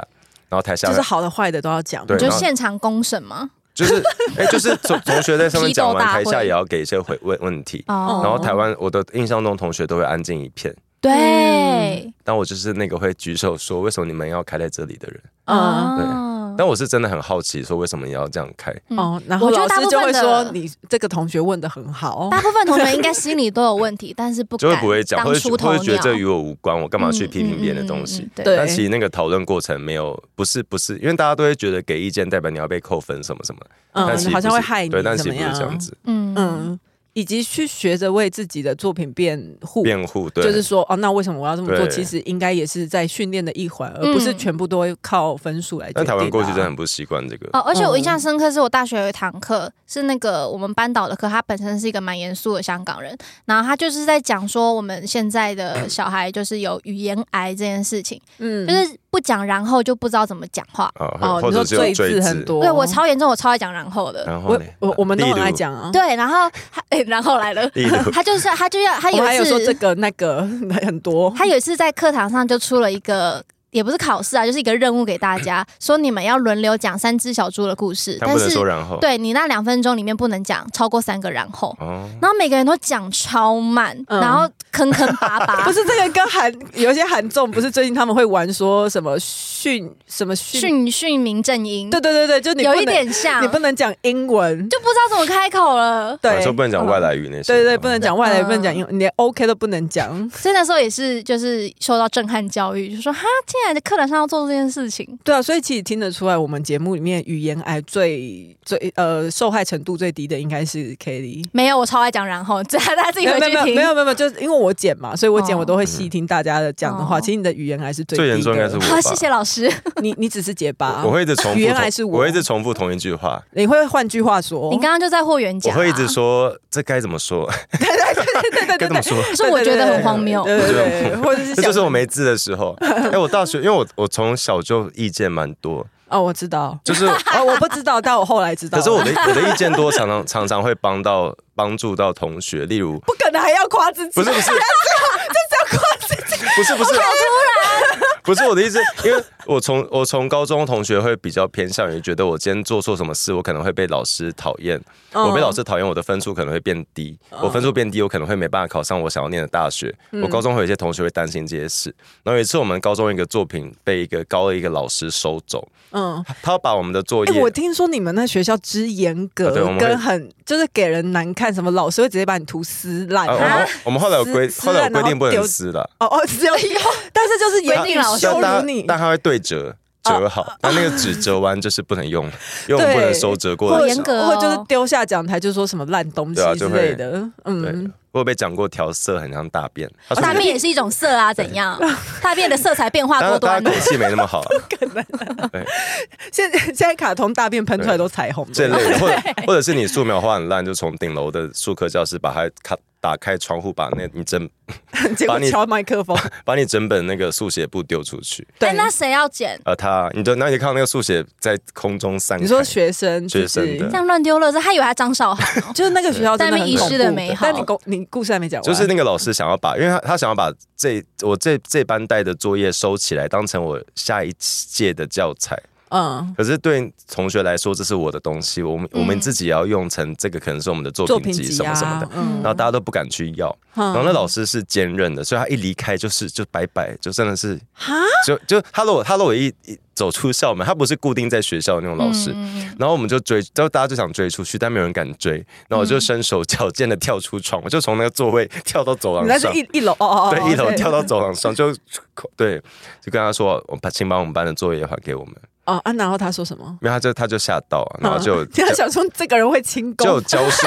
[SPEAKER 3] 然后台下
[SPEAKER 4] 就是好的坏的都要讲。
[SPEAKER 3] 对
[SPEAKER 2] 你就
[SPEAKER 3] 然后
[SPEAKER 2] 现场公审吗？
[SPEAKER 3] 就是 哎、就是同同学在上面讲
[SPEAKER 2] 批斗
[SPEAKER 3] 完，
[SPEAKER 2] 大会
[SPEAKER 3] 台下也要给一些回问问题。
[SPEAKER 2] 哦，
[SPEAKER 3] 然后台湾，我的印象中同学都会安静一片，
[SPEAKER 2] 对，
[SPEAKER 3] 但我就是那个会举手说为什么你们要开在这里的人。
[SPEAKER 4] 嗯
[SPEAKER 2] 哦，
[SPEAKER 3] 但我是真的很好奇，说为什么你要这样开？
[SPEAKER 2] 嗯
[SPEAKER 4] 哦，然后
[SPEAKER 2] 我觉
[SPEAKER 4] 老
[SPEAKER 2] 得大
[SPEAKER 4] 师
[SPEAKER 2] 部
[SPEAKER 4] 就会
[SPEAKER 2] 分的
[SPEAKER 4] 说你这个同学问的很好，
[SPEAKER 2] 大部分同学应该心里都有问题，但是不
[SPEAKER 3] 就会
[SPEAKER 2] 敢
[SPEAKER 3] 不会讲，
[SPEAKER 2] 当
[SPEAKER 3] 会
[SPEAKER 2] 出头
[SPEAKER 3] 会觉得
[SPEAKER 2] 鸟
[SPEAKER 3] 这与我无关，我干嘛去
[SPEAKER 2] 嗯
[SPEAKER 3] 批评别
[SPEAKER 2] 嗯
[SPEAKER 3] 人的
[SPEAKER 2] 嗯
[SPEAKER 3] 东
[SPEAKER 2] 嗯
[SPEAKER 3] 西？
[SPEAKER 2] 嗯对
[SPEAKER 4] 对
[SPEAKER 3] 但其实那个讨论过程没有，不是不是，因为大家都会觉得给意见代表你要被扣分什么什么，但其实
[SPEAKER 4] 嗯，好像
[SPEAKER 3] 不
[SPEAKER 4] 会
[SPEAKER 3] 是
[SPEAKER 4] 害你，
[SPEAKER 3] 对，但
[SPEAKER 4] 怎
[SPEAKER 3] 其
[SPEAKER 4] 么
[SPEAKER 3] 实不是这样子，
[SPEAKER 2] 嗯嗯，
[SPEAKER 4] 嗯，以及去学着为自己的作品辩护。
[SPEAKER 3] 辩护对，
[SPEAKER 4] 就是说，哦，那为什么我要这么做？
[SPEAKER 3] 对
[SPEAKER 4] 其实应该也是在训练的一环，而
[SPEAKER 2] 嗯
[SPEAKER 4] 不是全部都会靠分数来决
[SPEAKER 3] 但
[SPEAKER 4] 定、啊。
[SPEAKER 3] 台湾过去真的很不习惯这个，
[SPEAKER 2] 哦，而且我印
[SPEAKER 4] 嗯
[SPEAKER 2] 象深刻是我大学有一堂课，是那个我们班导的课，他本身是一个蛮严肃的香港人，然后他就是在讲说我们现在的小孩就是有语言癌这件事情，
[SPEAKER 4] 嗯
[SPEAKER 2] 就是不讲然后就不知道怎么讲话。
[SPEAKER 3] 啊，
[SPEAKER 4] 哦，
[SPEAKER 3] 或或
[SPEAKER 4] 你
[SPEAKER 3] 者
[SPEAKER 4] 说
[SPEAKER 3] 只有
[SPEAKER 4] 罪
[SPEAKER 3] 坠
[SPEAKER 4] 字
[SPEAKER 3] 字
[SPEAKER 4] 很，多，
[SPEAKER 2] 嗯对我，超严重，我超爱讲然后的。
[SPEAKER 3] 然后
[SPEAKER 4] 我
[SPEAKER 3] 呢
[SPEAKER 4] 我我们都很爱
[SPEAKER 3] 例如
[SPEAKER 4] 讲啊。
[SPEAKER 2] 对，然后他、哎然后 来了
[SPEAKER 3] 例 如，
[SPEAKER 2] 他就是他就要他
[SPEAKER 4] 我
[SPEAKER 2] 有
[SPEAKER 4] 还
[SPEAKER 2] 一
[SPEAKER 4] 有说
[SPEAKER 2] 次
[SPEAKER 4] 这个那个 很多，
[SPEAKER 2] 他有一次在课堂上就出了一个，也不是考试啊，就是一个任务给大家，说你们要轮流讲三只小猪的故事，
[SPEAKER 3] 但
[SPEAKER 2] 但
[SPEAKER 3] 不能
[SPEAKER 2] 是
[SPEAKER 3] 说然后，
[SPEAKER 2] 对你那两分钟里面不能讲超过三个然后。
[SPEAKER 3] 哦，
[SPEAKER 2] 然后每个人都讲超慢，
[SPEAKER 4] 嗯
[SPEAKER 2] 然后坑坑巴巴，
[SPEAKER 4] 不是这个跟韩有一些韩综，不是最近他们会玩说什么训什么训，
[SPEAKER 2] 训训民正音，
[SPEAKER 4] 对对对对，就你不
[SPEAKER 2] 有
[SPEAKER 4] 能
[SPEAKER 2] 一点像，
[SPEAKER 4] 你不能讲英文，
[SPEAKER 2] 就不知道怎么开口了。
[SPEAKER 3] 啊
[SPEAKER 4] 对嗯
[SPEAKER 3] 说不能讲外来语那些，
[SPEAKER 4] 对对对，不能讲外来语，
[SPEAKER 2] 嗯
[SPEAKER 4] 不能讲英文，连 OK 都不能讲。
[SPEAKER 2] 所以那时候也是就是受到震撼教育，就说哈，竟然在课堂上要做这件事情，
[SPEAKER 4] 对啊，所以其实听得出来，我们节目里面语言癌最最呃受害程度最低的应该是 Kelly。
[SPEAKER 2] 没有，我超爱讲然后， 大家大家自己
[SPEAKER 4] 没有
[SPEAKER 2] 回
[SPEAKER 4] 没
[SPEAKER 2] 去
[SPEAKER 4] 有
[SPEAKER 2] 听。
[SPEAKER 4] 没有没有没有，就是因为我剪嘛，所以我剪
[SPEAKER 2] 哦
[SPEAKER 4] 我都会细听大家的讲的话。
[SPEAKER 2] 哦
[SPEAKER 4] 其实你的语言癌是最
[SPEAKER 3] 嗯最严
[SPEAKER 4] 低
[SPEAKER 3] 重应该
[SPEAKER 4] 的
[SPEAKER 3] 是我
[SPEAKER 2] 好，
[SPEAKER 3] 吧
[SPEAKER 2] 谢谢老师。
[SPEAKER 4] 你你只是结巴，
[SPEAKER 3] 我会一直重复
[SPEAKER 4] 语言还
[SPEAKER 3] 同，
[SPEAKER 4] 是我
[SPEAKER 3] 我会一直重复同一句话，
[SPEAKER 4] 你会换句话说，
[SPEAKER 2] 你刚刚就在霍元甲
[SPEAKER 3] 我
[SPEAKER 2] 啊，
[SPEAKER 3] 会一直说这该怎么说，
[SPEAKER 4] 对对
[SPEAKER 3] 该
[SPEAKER 4] 对
[SPEAKER 3] 怎么
[SPEAKER 4] 对，
[SPEAKER 3] 说。
[SPEAKER 2] 可是我觉得很荒谬。
[SPEAKER 3] 呃
[SPEAKER 4] 对对对对，或者是
[SPEAKER 3] 这
[SPEAKER 4] 想
[SPEAKER 3] 就是我没字的时 候。哎、我大学因为我我从小就意见蛮 多，
[SPEAKER 4] 哦，我知道，
[SPEAKER 3] 就是
[SPEAKER 4] 哦，我不知道，但我后来知
[SPEAKER 3] 可
[SPEAKER 4] 道了，
[SPEAKER 3] 是我的我的意见多，常常常常会帮到 帮助到同学，例如
[SPEAKER 4] 不可能还要夸自己，
[SPEAKER 3] 不是不是，这 是要夸自己，不是不是，好突然， 不是我的意思，因为我从我从高中同学会比较偏向于觉得我今天做错什么事，我可能会被老师讨厌，
[SPEAKER 4] 嗯
[SPEAKER 3] 我被老师讨厌，我的分数可能会变低，我分数变低，我可能会没办法考上我想要念的大学。
[SPEAKER 4] 嗯
[SPEAKER 3] 我高中会有一些同学会担心这些事，然后有一次我们高中一个作品被一个高的一个老师收走，
[SPEAKER 4] 嗯。
[SPEAKER 3] 他要把我们的作
[SPEAKER 4] 哎、
[SPEAKER 3] 业
[SPEAKER 4] 我听说你们那学校之严格
[SPEAKER 3] 啊对我，们会
[SPEAKER 4] 跟很就是给人难看，什么老师会直接把你图撕烂。
[SPEAKER 3] 啊，我
[SPEAKER 4] 啊
[SPEAKER 3] 们我们后来 有规，
[SPEAKER 4] 撕
[SPEAKER 3] 后来有
[SPEAKER 4] 撕烂
[SPEAKER 3] 规
[SPEAKER 4] 然后
[SPEAKER 3] 定不
[SPEAKER 4] 丢
[SPEAKER 3] 能撕了，
[SPEAKER 4] 哦哦，只有一， 但是就是严厉
[SPEAKER 2] 哎规定老师
[SPEAKER 4] 羞
[SPEAKER 3] 但
[SPEAKER 4] 辱你，
[SPEAKER 3] 但它会对 折折好，但那个纸折完就是不能用，因为我们不能收折过
[SPEAKER 2] 好
[SPEAKER 3] 的
[SPEAKER 2] 严
[SPEAKER 3] 纸。
[SPEAKER 2] 格哦
[SPEAKER 4] 或者就是丢下讲台，就说什么烂东西
[SPEAKER 3] 对啊
[SPEAKER 4] 之
[SPEAKER 3] 就
[SPEAKER 4] 类
[SPEAKER 3] 会
[SPEAKER 4] 的。
[SPEAKER 3] 对
[SPEAKER 4] 嗯，，哦
[SPEAKER 3] 我有被讲过调色很像大便，他说
[SPEAKER 2] 大便也是一种色啊，怎样？大便的色彩变化
[SPEAKER 3] 大
[SPEAKER 2] 多
[SPEAKER 3] 家大
[SPEAKER 2] 端
[SPEAKER 3] 家
[SPEAKER 2] 呢
[SPEAKER 3] 口。气没那么 好啊，
[SPEAKER 4] 现在现在卡通大便喷出来都彩虹
[SPEAKER 3] 这
[SPEAKER 4] 的。
[SPEAKER 3] 类的，或者或者是你素描画很烂，就从顶楼的术科教室把它卡打开窗户，把那你整
[SPEAKER 4] 结果
[SPEAKER 3] 把你
[SPEAKER 4] 敲麦克风，
[SPEAKER 3] 把你整本那个速写簿丢出去，
[SPEAKER 2] 哎，
[SPEAKER 4] 对，
[SPEAKER 2] 那谁要剪？
[SPEAKER 3] 呃，他你就那你就看到那个速写在空中散开，
[SPEAKER 4] 你说学生就
[SPEAKER 3] 学
[SPEAKER 4] 是。
[SPEAKER 3] 生的
[SPEAKER 2] 这样乱丢垃圾，他以为他张韶涵哦
[SPEAKER 4] 就是那个学校真
[SPEAKER 2] 在那
[SPEAKER 4] 的很
[SPEAKER 2] 边遗
[SPEAKER 4] 恐
[SPEAKER 2] 失
[SPEAKER 4] 怖
[SPEAKER 2] 的美好
[SPEAKER 4] 但你故你故事还没讲完，
[SPEAKER 3] 就是那个老师想要把，因为他他想要把这我这这班带的作业收起来，当成我下一届的教材。
[SPEAKER 4] 嗯，
[SPEAKER 3] 可是对同学来说，这是我的东西，我们、
[SPEAKER 2] 嗯
[SPEAKER 3] 我们自己也要用成这个，可能是我们的作
[SPEAKER 4] 作
[SPEAKER 3] 品
[SPEAKER 4] 品
[SPEAKER 3] 集
[SPEAKER 4] 集
[SPEAKER 3] 什
[SPEAKER 4] 啊，
[SPEAKER 3] 么什么的。
[SPEAKER 4] 嗯
[SPEAKER 3] 然后大家都不敢去要，然后那老师是坚韧的，所以他一离开就是就拜拜，就真的是
[SPEAKER 4] 哈，
[SPEAKER 3] 就就他如果他如果一一走出校门，他不是固定在学校的那种老师，
[SPEAKER 2] 嗯
[SPEAKER 3] 然后我们就追，然后大家就想追出去，但没有人敢追，然后我就身手矫健的跳出窗，我就从那个座位跳到走
[SPEAKER 4] 你
[SPEAKER 3] 廊
[SPEAKER 4] 那是
[SPEAKER 3] 上，
[SPEAKER 4] 一一楼哦哦，哦
[SPEAKER 3] 对，一楼跳到走廊上，就对，就跟他说，我把请把我们班的作业还给我们。
[SPEAKER 4] 哦啊，然后他说什么？
[SPEAKER 3] 没有，他就他就吓到，啊然后就、
[SPEAKER 4] 嗯 他想说这个人会轻
[SPEAKER 3] 就有
[SPEAKER 4] 功，
[SPEAKER 3] 交涉。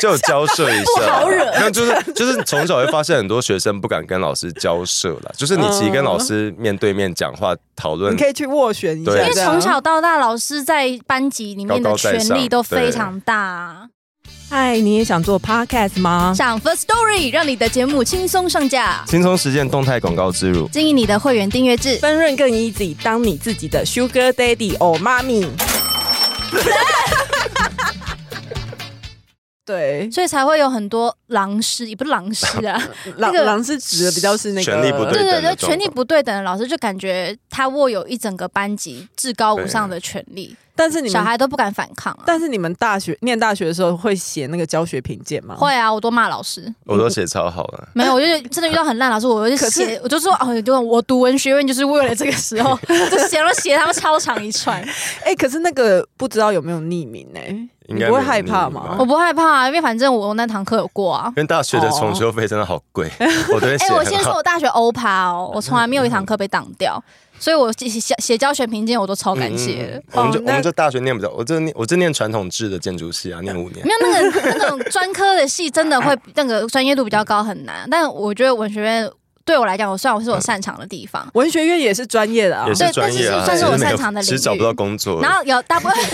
[SPEAKER 3] 就有交涉一下，
[SPEAKER 2] 不好惹
[SPEAKER 3] 那就是就是从小会发现很多学生不敢跟老师交涉了，就是你其实跟老
[SPEAKER 2] 嗯
[SPEAKER 3] 师面对面讲话讨论
[SPEAKER 4] 你，可以去斡旋一下。
[SPEAKER 3] 对
[SPEAKER 2] 因为
[SPEAKER 4] 这样
[SPEAKER 2] 从小到大，老师在班级里面的
[SPEAKER 3] 高高在
[SPEAKER 2] 权
[SPEAKER 3] 上
[SPEAKER 2] 力都非常大啊。
[SPEAKER 4] 嗨，你也想做 podcast 吗？
[SPEAKER 2] 上 First Story 让你的节目轻松上架，
[SPEAKER 3] 轻松实践动态广告植入。
[SPEAKER 2] 经营你的会员订阅制。
[SPEAKER 4] 分润更 easy，当你自己的 sugar daddy or mommy。对，
[SPEAKER 2] 所以才会有很多狼师，也不是狼师啊，
[SPEAKER 4] 狼
[SPEAKER 2] 那个
[SPEAKER 4] 狼是指的比较是那个
[SPEAKER 3] 权力不对
[SPEAKER 2] 对对
[SPEAKER 3] 等的
[SPEAKER 2] 对，
[SPEAKER 3] 状
[SPEAKER 2] 权力
[SPEAKER 3] 况
[SPEAKER 2] 不对等的老师就感觉他握有一整个班级至高无上的权力，
[SPEAKER 4] 但是你
[SPEAKER 2] 小
[SPEAKER 4] 们，
[SPEAKER 2] 孩都不敢反抗啊。
[SPEAKER 4] 但是你们大学念大学的时候会写那个教学评鉴吗？
[SPEAKER 2] 会啊，我都骂老师，
[SPEAKER 3] 我都写超好了。
[SPEAKER 2] 没有，我就是真的遇到很烂老师，我就
[SPEAKER 4] 可是
[SPEAKER 2] 写，我就说哦，就我读文学院就是为了这个时候， 就写了写他们超长一串，
[SPEAKER 4] 哎、可是那个不知道有没有匿名哎、
[SPEAKER 3] 应
[SPEAKER 4] 你
[SPEAKER 3] 该
[SPEAKER 4] 不会
[SPEAKER 3] 没有
[SPEAKER 4] 害怕
[SPEAKER 3] 匿名
[SPEAKER 4] 吗
[SPEAKER 3] 吧？
[SPEAKER 2] 我不害怕啊，因为反正我那堂课有过啊
[SPEAKER 3] 因。为大学的重修费真的好贵，我都会
[SPEAKER 2] 哎、
[SPEAKER 3] 写
[SPEAKER 2] 我先
[SPEAKER 3] 很
[SPEAKER 2] 说
[SPEAKER 3] 好。
[SPEAKER 2] 我大学欧趴哦，我从来没有一堂课被挡掉，所以我写写写教学评鉴我都超感谢的。
[SPEAKER 3] 嗯嗯嗯我们就
[SPEAKER 4] 哦
[SPEAKER 3] 我
[SPEAKER 4] 那
[SPEAKER 3] 们就大学念不了，我就念我就念传统制的建筑系啊，念五年
[SPEAKER 2] 没。有那个那种专科的系，真的会那个专业度比较高，很难。但我觉得文学院对我来讲，我虽然我是我擅长的地方，
[SPEAKER 4] 文学院也是专业的啊
[SPEAKER 3] 也，
[SPEAKER 2] 哦对
[SPEAKER 3] 是专业啊，
[SPEAKER 2] 但是算是我
[SPEAKER 3] 只没
[SPEAKER 2] 擅
[SPEAKER 3] 有
[SPEAKER 2] 长的领域
[SPEAKER 3] 只是找不到工作。
[SPEAKER 2] 然后有大部分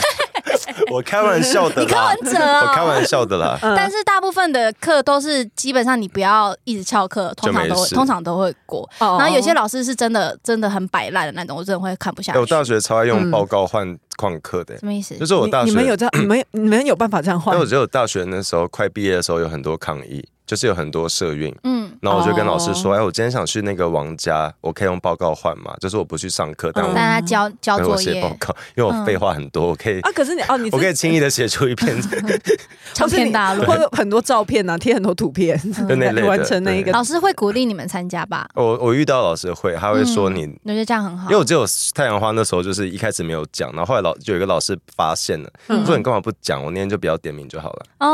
[SPEAKER 3] 我开玩笑的
[SPEAKER 2] 你柯
[SPEAKER 3] 啦，
[SPEAKER 2] 文哲哦
[SPEAKER 3] 我开玩笑的啦。
[SPEAKER 4] 嗯
[SPEAKER 2] 但是大部分的课都是基本上你不要一直翘课，通常都
[SPEAKER 3] 就没
[SPEAKER 2] 会
[SPEAKER 3] 事
[SPEAKER 2] 通常都会过。
[SPEAKER 4] 然
[SPEAKER 2] 然后有些老师是真的真的很摆烂的那种，我真的会看不下
[SPEAKER 3] 哎我
[SPEAKER 2] 去。
[SPEAKER 3] 大学超爱用
[SPEAKER 4] 嗯
[SPEAKER 3] 报告换旷课的，
[SPEAKER 2] 什么意思
[SPEAKER 3] 就？是我大
[SPEAKER 4] 你
[SPEAKER 3] 学
[SPEAKER 4] 你们有这样，你们你们有办法这样换
[SPEAKER 3] 但我？只有大学那时候快毕业的时候有很多抗议，就是有很多社运。
[SPEAKER 2] 嗯，
[SPEAKER 3] 然后我就跟老师说：“
[SPEAKER 4] 哦
[SPEAKER 3] 哎，我今天想去那个王家，我可以用报告换嘛？就是我不去上课，但我
[SPEAKER 4] 嗯
[SPEAKER 2] 大家交交
[SPEAKER 3] 但我
[SPEAKER 2] 作
[SPEAKER 3] 写
[SPEAKER 2] 业
[SPEAKER 3] 报，告，因为我废话很多，我可以
[SPEAKER 4] 啊，可是你哦，你
[SPEAKER 3] 我可以
[SPEAKER 4] 是嗯
[SPEAKER 3] 轻易的写出一篇
[SPEAKER 2] 长篇大论
[SPEAKER 4] 或。者你会有很多照片啊，贴很多图片，
[SPEAKER 3] 就那类的。
[SPEAKER 4] 完成那一
[SPEAKER 3] 对
[SPEAKER 4] 个
[SPEAKER 2] 老师会鼓励你们参加吧？嗯
[SPEAKER 3] 我我遇到老师会，他会说
[SPEAKER 4] 嗯
[SPEAKER 3] 你，
[SPEAKER 2] 我觉得这样很好
[SPEAKER 3] 因为。我只有太阳花那时候就是一开始没有讲，然后后来老就有一个老师发现了，
[SPEAKER 4] 嗯
[SPEAKER 3] 说你干嘛不讲？我那天就不要点名就好了。
[SPEAKER 2] 哦。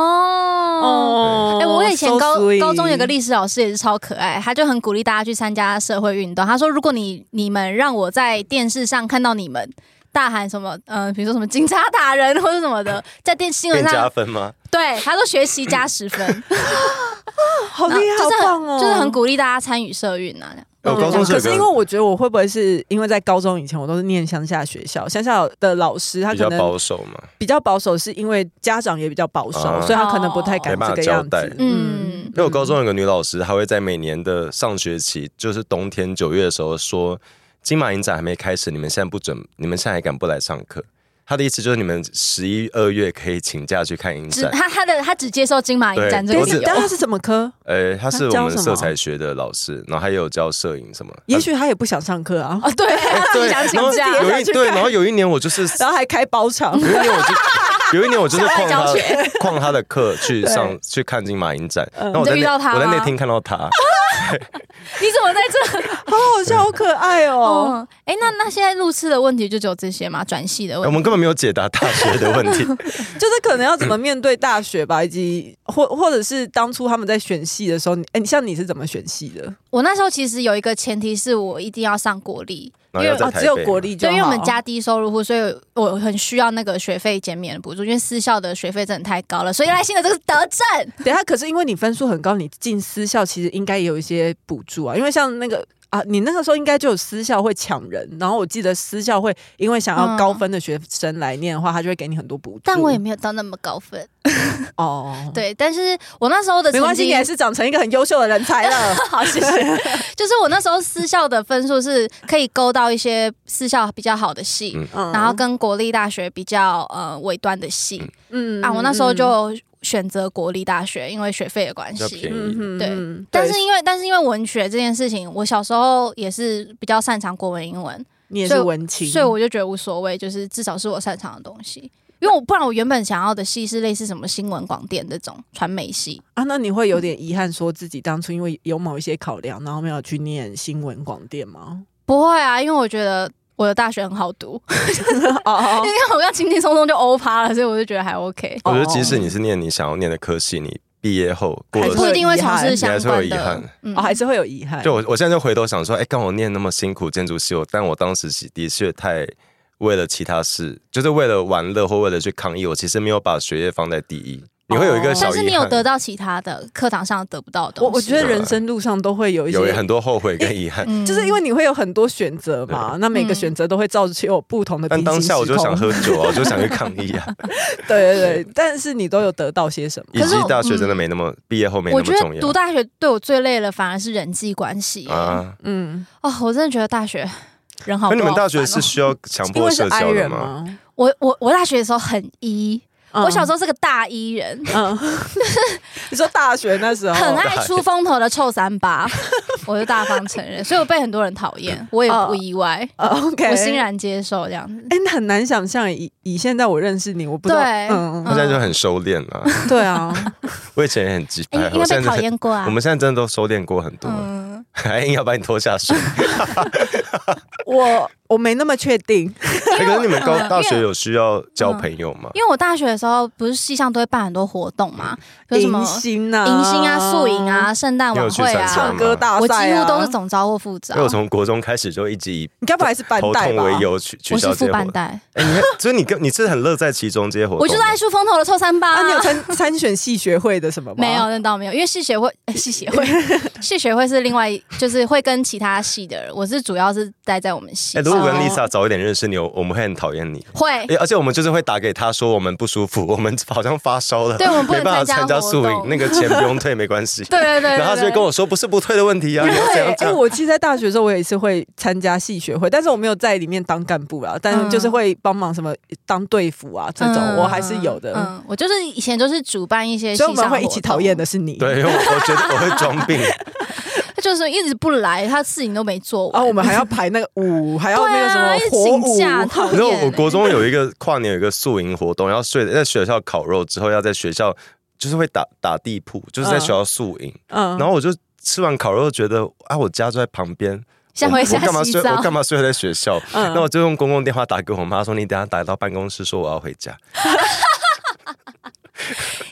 [SPEAKER 4] 哦
[SPEAKER 2] 哎、我以前
[SPEAKER 4] so
[SPEAKER 2] 高
[SPEAKER 4] sweet
[SPEAKER 2] 高中有个历史老师也是超可爱，他就很鼓励大家去参加社会运动。他说，如果你你们让我在电视上看到你们大喊什么，嗯、比如说什么警察打人或者什么的，在电新闻
[SPEAKER 3] 变加
[SPEAKER 2] 上，
[SPEAKER 3] 分吗？
[SPEAKER 2] 对，他说学习加十分，
[SPEAKER 4] 好厉
[SPEAKER 2] 然后
[SPEAKER 4] 害，好
[SPEAKER 2] 就是
[SPEAKER 4] 棒
[SPEAKER 2] 很
[SPEAKER 4] 哦，
[SPEAKER 2] 就是很鼓励大家参与社运啊。
[SPEAKER 3] 我高中
[SPEAKER 4] 嗯
[SPEAKER 3] 是有
[SPEAKER 4] 可是因为
[SPEAKER 3] 个
[SPEAKER 4] 我觉得我会不会是因为在高中以前我都是念乡下学校，乡下的老师他
[SPEAKER 3] 比
[SPEAKER 4] 可
[SPEAKER 3] 较
[SPEAKER 4] 能
[SPEAKER 3] 保守嘛，
[SPEAKER 4] 比较保守，是因为家长也比较保守，
[SPEAKER 3] 啊
[SPEAKER 4] 所以他可能不太敢
[SPEAKER 3] 没办法
[SPEAKER 4] 这个样
[SPEAKER 3] 交代
[SPEAKER 4] 子。
[SPEAKER 2] 嗯
[SPEAKER 3] 因为我高中有个女老师，她会在每年的上学期，就是冬天九月的时候说，金马影展还没开始，你们现在不准，你们现在还敢不来上课？她的意思就是你们十一二月可以请假去看影
[SPEAKER 2] 只
[SPEAKER 3] 展。
[SPEAKER 2] 他他的他只接受金马影展这
[SPEAKER 3] 对
[SPEAKER 2] 个哦
[SPEAKER 4] 但
[SPEAKER 3] 我
[SPEAKER 2] 理由，
[SPEAKER 3] 只
[SPEAKER 4] 是 嗯但他是什么科？
[SPEAKER 3] 呃，她是
[SPEAKER 4] 她教
[SPEAKER 3] 我们
[SPEAKER 4] 什么
[SPEAKER 3] 色彩学的老师，然后她也有教摄影什么。
[SPEAKER 4] 也许他也不想上课啊，
[SPEAKER 2] 哦，对，他自己
[SPEAKER 3] 哎对，
[SPEAKER 2] 想请
[SPEAKER 3] 然后
[SPEAKER 2] 假，
[SPEAKER 3] 有一对，然后有一年我就是，
[SPEAKER 4] 然后还开包场
[SPEAKER 3] 有。一年我就，有一年 我就是旷
[SPEAKER 2] 教
[SPEAKER 3] 她
[SPEAKER 2] 学嗯
[SPEAKER 3] 旷她的课去上去看金马影展，然后
[SPEAKER 2] 你
[SPEAKER 3] 我
[SPEAKER 2] 就
[SPEAKER 3] 在
[SPEAKER 2] 遇
[SPEAKER 3] 那
[SPEAKER 2] 到她
[SPEAKER 3] 我在那
[SPEAKER 2] 吗
[SPEAKER 3] 天看到她，
[SPEAKER 2] 你怎么在这？
[SPEAKER 4] 好好笑，好可爱哦！
[SPEAKER 2] 哦，哎、那那现在路痴的问题就只有这些吗？转系的问
[SPEAKER 3] 我
[SPEAKER 2] 题？
[SPEAKER 3] 们根本没有解答大学的问题。
[SPEAKER 4] 就是可能要怎么面对大学吧，以及或或者是当初他们在选系的时候，你哎，你像你是怎么选系的？
[SPEAKER 2] 我那时候其实有一个前提是我一定要上国立，
[SPEAKER 3] 然后要在
[SPEAKER 4] 哦，
[SPEAKER 3] 台
[SPEAKER 4] 只有
[SPEAKER 3] 北啊
[SPEAKER 4] 国
[SPEAKER 3] 嘛
[SPEAKER 4] 立就
[SPEAKER 2] 对，
[SPEAKER 4] 好，
[SPEAKER 2] 因为我们家低收入户，所以我很需要那个学费减免的补助，因为私校的学费真的太高了，所以来新的这个是德政，
[SPEAKER 4] 等一下，可是因为你分数很高，你进私校其实应该也有一些补助啊，因为像那个。啊，你那个时候应该就有私校会抢人，然后我记得私校会因为想要高分的学生来念的话，他就会给你很多补助。
[SPEAKER 2] 但我也没有到那么高分，
[SPEAKER 4] 哦，，
[SPEAKER 2] 对， 但是我那时候的
[SPEAKER 4] 没
[SPEAKER 2] 成
[SPEAKER 4] 关系，
[SPEAKER 2] 绩
[SPEAKER 4] 你还是长成一个很优秀的人才了。
[SPEAKER 2] 好，谢 谢。就是我那时候私校的分数是可以勾到一些私校比较好的系，
[SPEAKER 3] 嗯
[SPEAKER 4] 嗯
[SPEAKER 2] 然后跟国立大学比较呃尾端的系、
[SPEAKER 4] 嗯
[SPEAKER 2] 啊，我那时候就选择国立大学，因为学费的关
[SPEAKER 3] 比较便宜
[SPEAKER 2] 系。
[SPEAKER 4] 哼
[SPEAKER 2] 对
[SPEAKER 4] 嗯
[SPEAKER 2] 但是因为但是因为文学这件事情，我小时候也是比较擅长国文、英文，
[SPEAKER 4] 你也
[SPEAKER 2] 所以
[SPEAKER 4] 是
[SPEAKER 2] 我
[SPEAKER 4] 文青，
[SPEAKER 2] 所以我就觉得无所谓，就是至少是我擅长的东西。因为我不然我原本想要的系是类似什么新闻广电这种传媒系，
[SPEAKER 4] 啊，那你会有点遗憾，说自己当初因为有某一些考量，然后没有去念新闻广电吗？
[SPEAKER 2] 不会啊，因为我觉得我的大学很好读，
[SPEAKER 4] 哦
[SPEAKER 2] 因，为我要轻轻松松就欧趴了，所以我就觉得还 OK。
[SPEAKER 3] 我觉得
[SPEAKER 4] 哦
[SPEAKER 3] 即使你是念你想要念的科系，你毕业后过
[SPEAKER 4] 还是
[SPEAKER 3] 了
[SPEAKER 2] 不一定会从事
[SPEAKER 3] 你还
[SPEAKER 2] 相
[SPEAKER 3] 是会
[SPEAKER 2] 关
[SPEAKER 3] 有遗
[SPEAKER 2] 的
[SPEAKER 3] 憾，。
[SPEAKER 2] 嗯
[SPEAKER 4] 哦，还是会有遗憾。
[SPEAKER 3] 就我我现在就回头想说，哎、刚我念那么辛苦建筑系，我但我当时其的确太为了其他事，就是为了玩乐或为了去抗议，我其实没有把学业放在第一。你会有一
[SPEAKER 2] 哦
[SPEAKER 3] 个
[SPEAKER 2] 但
[SPEAKER 3] 小
[SPEAKER 2] 是
[SPEAKER 3] 遗
[SPEAKER 2] 你有
[SPEAKER 3] 憾，
[SPEAKER 2] 得到其他的课堂上得不到的东
[SPEAKER 4] 我
[SPEAKER 2] 西。
[SPEAKER 4] 我觉得
[SPEAKER 3] 对
[SPEAKER 4] 人生路上都会有一些
[SPEAKER 3] 啊有很多后悔跟遗憾。
[SPEAKER 2] 嗯
[SPEAKER 4] 就是因为你会有很多选择嘛，那每个选择都会造就不同的
[SPEAKER 3] 但
[SPEAKER 4] 平行
[SPEAKER 3] 当下我
[SPEAKER 4] 时
[SPEAKER 3] 就
[SPEAKER 4] 空
[SPEAKER 3] 想，喝酒啊，我就想去抗议啊，
[SPEAKER 4] 对对对，但是你都有得到些什么？
[SPEAKER 3] 以
[SPEAKER 2] 可是
[SPEAKER 3] 及
[SPEAKER 2] 我嗯
[SPEAKER 3] 大学真的没那么毕业后没那
[SPEAKER 2] 我
[SPEAKER 3] 么
[SPEAKER 2] 觉
[SPEAKER 3] 重
[SPEAKER 2] 得读
[SPEAKER 3] 要
[SPEAKER 2] 大学对我最累了，反而是人际关系。哦，
[SPEAKER 3] 啊。
[SPEAKER 4] 嗯，
[SPEAKER 2] 我真的觉得大学人好
[SPEAKER 3] 那
[SPEAKER 2] 多。
[SPEAKER 3] 你们大学
[SPEAKER 2] 好
[SPEAKER 3] 是
[SPEAKER 2] 烦哦
[SPEAKER 3] 需要强
[SPEAKER 4] 因
[SPEAKER 3] 迫
[SPEAKER 4] 为是
[SPEAKER 3] 社
[SPEAKER 4] I
[SPEAKER 3] 交的
[SPEAKER 4] 人
[SPEAKER 3] 吗？
[SPEAKER 4] 吗？
[SPEAKER 2] 我我我大学的时候很一，
[SPEAKER 4] 嗯
[SPEAKER 2] 我小时候是个大一人，
[SPEAKER 4] 嗯， 你说大学那
[SPEAKER 3] 哦
[SPEAKER 4] 时候
[SPEAKER 2] 很 爱出风头的臭三八， 我就大方承认，所以我被很多人讨厌，我也不意外，
[SPEAKER 4] 呃，OK，
[SPEAKER 2] 我欣。然接受这样子。
[SPEAKER 4] 哎、很难想象，以以现在我认识你，我不知道，
[SPEAKER 2] 对
[SPEAKER 3] 他
[SPEAKER 4] 嗯，
[SPEAKER 3] 现在就很收敛 了。
[SPEAKER 4] 对啊，
[SPEAKER 3] 我以前也很鸡
[SPEAKER 2] 应
[SPEAKER 3] 掰，
[SPEAKER 2] 应
[SPEAKER 3] 哎我
[SPEAKER 2] 该
[SPEAKER 3] 现
[SPEAKER 2] 哎被
[SPEAKER 3] 在
[SPEAKER 2] 讨
[SPEAKER 3] 真的
[SPEAKER 2] 厌过啊
[SPEAKER 3] 我。们现在真的都收敛过很多，
[SPEAKER 2] 嗯，
[SPEAKER 3] 还硬要把你拖 下水。
[SPEAKER 4] 我我没那么确定，
[SPEAKER 3] 哎可是你们高
[SPEAKER 2] 嗯
[SPEAKER 3] 大
[SPEAKER 2] 因
[SPEAKER 3] 学
[SPEAKER 2] 为嗯
[SPEAKER 3] 有需要交朋友吗？
[SPEAKER 2] 因为我大学的时候不是系上都会办很多活动嘛，有什么
[SPEAKER 4] 迎新啊，
[SPEAKER 2] 迎新啊、宿营，啊、圣诞晚会
[SPEAKER 3] 你有去参加
[SPEAKER 2] 啊
[SPEAKER 4] 唱，歌大
[SPEAKER 2] 我几
[SPEAKER 4] 赛、啊，
[SPEAKER 2] 乎都是总招或副招
[SPEAKER 3] 因为，我从国中开始就一直以
[SPEAKER 4] 你该不还是班
[SPEAKER 3] 头
[SPEAKER 4] 带
[SPEAKER 3] 痛
[SPEAKER 4] 吧
[SPEAKER 3] 为？由取取
[SPEAKER 2] 我是
[SPEAKER 3] 消这
[SPEAKER 2] 副
[SPEAKER 3] 些
[SPEAKER 2] 班
[SPEAKER 3] 活动。
[SPEAKER 2] 带，
[SPEAKER 3] 哎，你看，所以你跟你是很乐在其中这些活动吗。
[SPEAKER 2] 我就是爱出风头的臭三八
[SPEAKER 4] 啊，你有参参选系学会的什么吗？
[SPEAKER 2] 没有，那倒没有，因为系学会，呃系学 会，系学会是另外一，就是会跟其他系的人，我是主要是待在我们系
[SPEAKER 3] 哎，，如果我跟
[SPEAKER 4] 哦
[SPEAKER 3] Lisa 早一点认识你，我我们会很讨厌你。
[SPEAKER 2] 会
[SPEAKER 3] 哎，而且我们就是会打给他说我们不舒服，我们好像发烧了，
[SPEAKER 2] 对我们不能
[SPEAKER 3] 没办法
[SPEAKER 2] 参加
[SPEAKER 3] 参加
[SPEAKER 2] 活
[SPEAKER 3] 宿营
[SPEAKER 2] 动，
[SPEAKER 3] 那个钱不用退，没关系。
[SPEAKER 2] 对对对对
[SPEAKER 3] 然后他就会跟我说不是不退的问题啊，你要这
[SPEAKER 4] 对，
[SPEAKER 3] 样
[SPEAKER 4] 哎、
[SPEAKER 3] 这样。
[SPEAKER 4] 我其实，在大学的时候，我也是会参加系学会，但是我没有在里面当干部啦，但是就是会帮忙什么当队服啊这种，
[SPEAKER 2] 嗯
[SPEAKER 4] 我还是有的。
[SPEAKER 2] 嗯，我就是以前就是主办一些，
[SPEAKER 4] 所以我们会一起讨厌，的是你，
[SPEAKER 3] 对，因为我我觉得我 会装病，啊
[SPEAKER 2] 他就是一直不来，他事情都没做
[SPEAKER 4] 然
[SPEAKER 2] 完。
[SPEAKER 4] 后啊我们还要排那个舞，还要
[SPEAKER 2] 对
[SPEAKER 4] 那个什
[SPEAKER 2] 啊，
[SPEAKER 4] 么
[SPEAKER 2] 一直
[SPEAKER 4] 火
[SPEAKER 2] 请
[SPEAKER 4] 舞，
[SPEAKER 2] 假，讨
[SPEAKER 3] 你知道
[SPEAKER 2] 厌欸。
[SPEAKER 3] 我国中有一个跨年有一个宿营活动，要睡在学校烤肉之后，要在学校就是会打打地铺，就是在学校宿营。
[SPEAKER 4] 嗯
[SPEAKER 3] 然后我就吃完烤肉，觉得啊，我家就在旁边，
[SPEAKER 2] 想
[SPEAKER 3] 我
[SPEAKER 2] 回
[SPEAKER 3] 我
[SPEAKER 2] 家
[SPEAKER 3] 干嘛
[SPEAKER 2] 洗
[SPEAKER 3] 睡？我
[SPEAKER 2] 澡
[SPEAKER 3] 干嘛睡在学 校？
[SPEAKER 4] 嗯
[SPEAKER 3] 那我就用公共电话打给我妈说，你等下打到办公室说我要回家。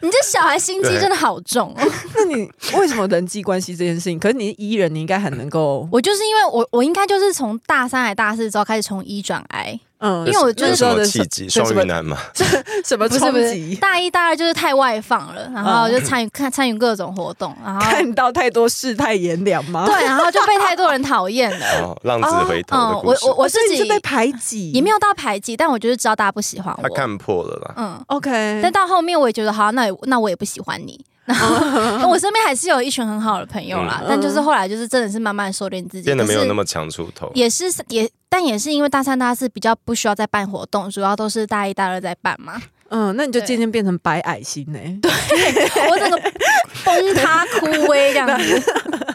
[SPEAKER 2] 你这小孩心机
[SPEAKER 3] 对
[SPEAKER 2] 真的好重哦！
[SPEAKER 4] 那你为什么人际关系这件事情？可是你一人，你应该很能够，
[SPEAKER 2] 我就是因为我我应该就是从大三还大四之后开始从一转 I，
[SPEAKER 4] 嗯，
[SPEAKER 2] 因为我就
[SPEAKER 3] 有
[SPEAKER 2] 是
[SPEAKER 3] 什么
[SPEAKER 4] 的
[SPEAKER 3] 契机？
[SPEAKER 4] 什
[SPEAKER 3] 双
[SPEAKER 4] 么
[SPEAKER 3] 鱼男嘛，
[SPEAKER 4] 什么
[SPEAKER 2] 不是
[SPEAKER 4] 冲
[SPEAKER 2] 不是
[SPEAKER 4] 击，
[SPEAKER 2] 大一大二就是太外放了，然后就参与看参与各种活动，然后
[SPEAKER 4] 看到太多世态炎凉吗？
[SPEAKER 2] 对，然后就被太多人讨厌 了。
[SPEAKER 3] 哦，浪子回头的
[SPEAKER 2] 哦，
[SPEAKER 3] 故
[SPEAKER 2] 我
[SPEAKER 3] 事，
[SPEAKER 2] 我我自
[SPEAKER 4] 所以你
[SPEAKER 2] 己
[SPEAKER 4] 是被排挤，
[SPEAKER 2] 也没有到排挤，但我就是知道大家不喜欢
[SPEAKER 3] 他
[SPEAKER 2] 我。
[SPEAKER 3] 看破了啦。
[SPEAKER 2] 嗯，
[SPEAKER 4] OK，
[SPEAKER 2] 但到后面我也觉得，好，那也那我也不喜欢你。然 后我身边还是有一群很好的朋友啦，
[SPEAKER 4] 嗯
[SPEAKER 2] 但就是后来就是真的是慢慢收敛自己，
[SPEAKER 3] 变得没有那
[SPEAKER 2] 么
[SPEAKER 3] 么强出头，
[SPEAKER 2] 也是也，但也是因为大三大四比较不需要再办活动，主要都是大一大二在办嘛。
[SPEAKER 4] 嗯，那你就
[SPEAKER 2] 对
[SPEAKER 4] 渐渐变成白矮星呢、对，
[SPEAKER 2] 我整个崩塌枯萎这样子。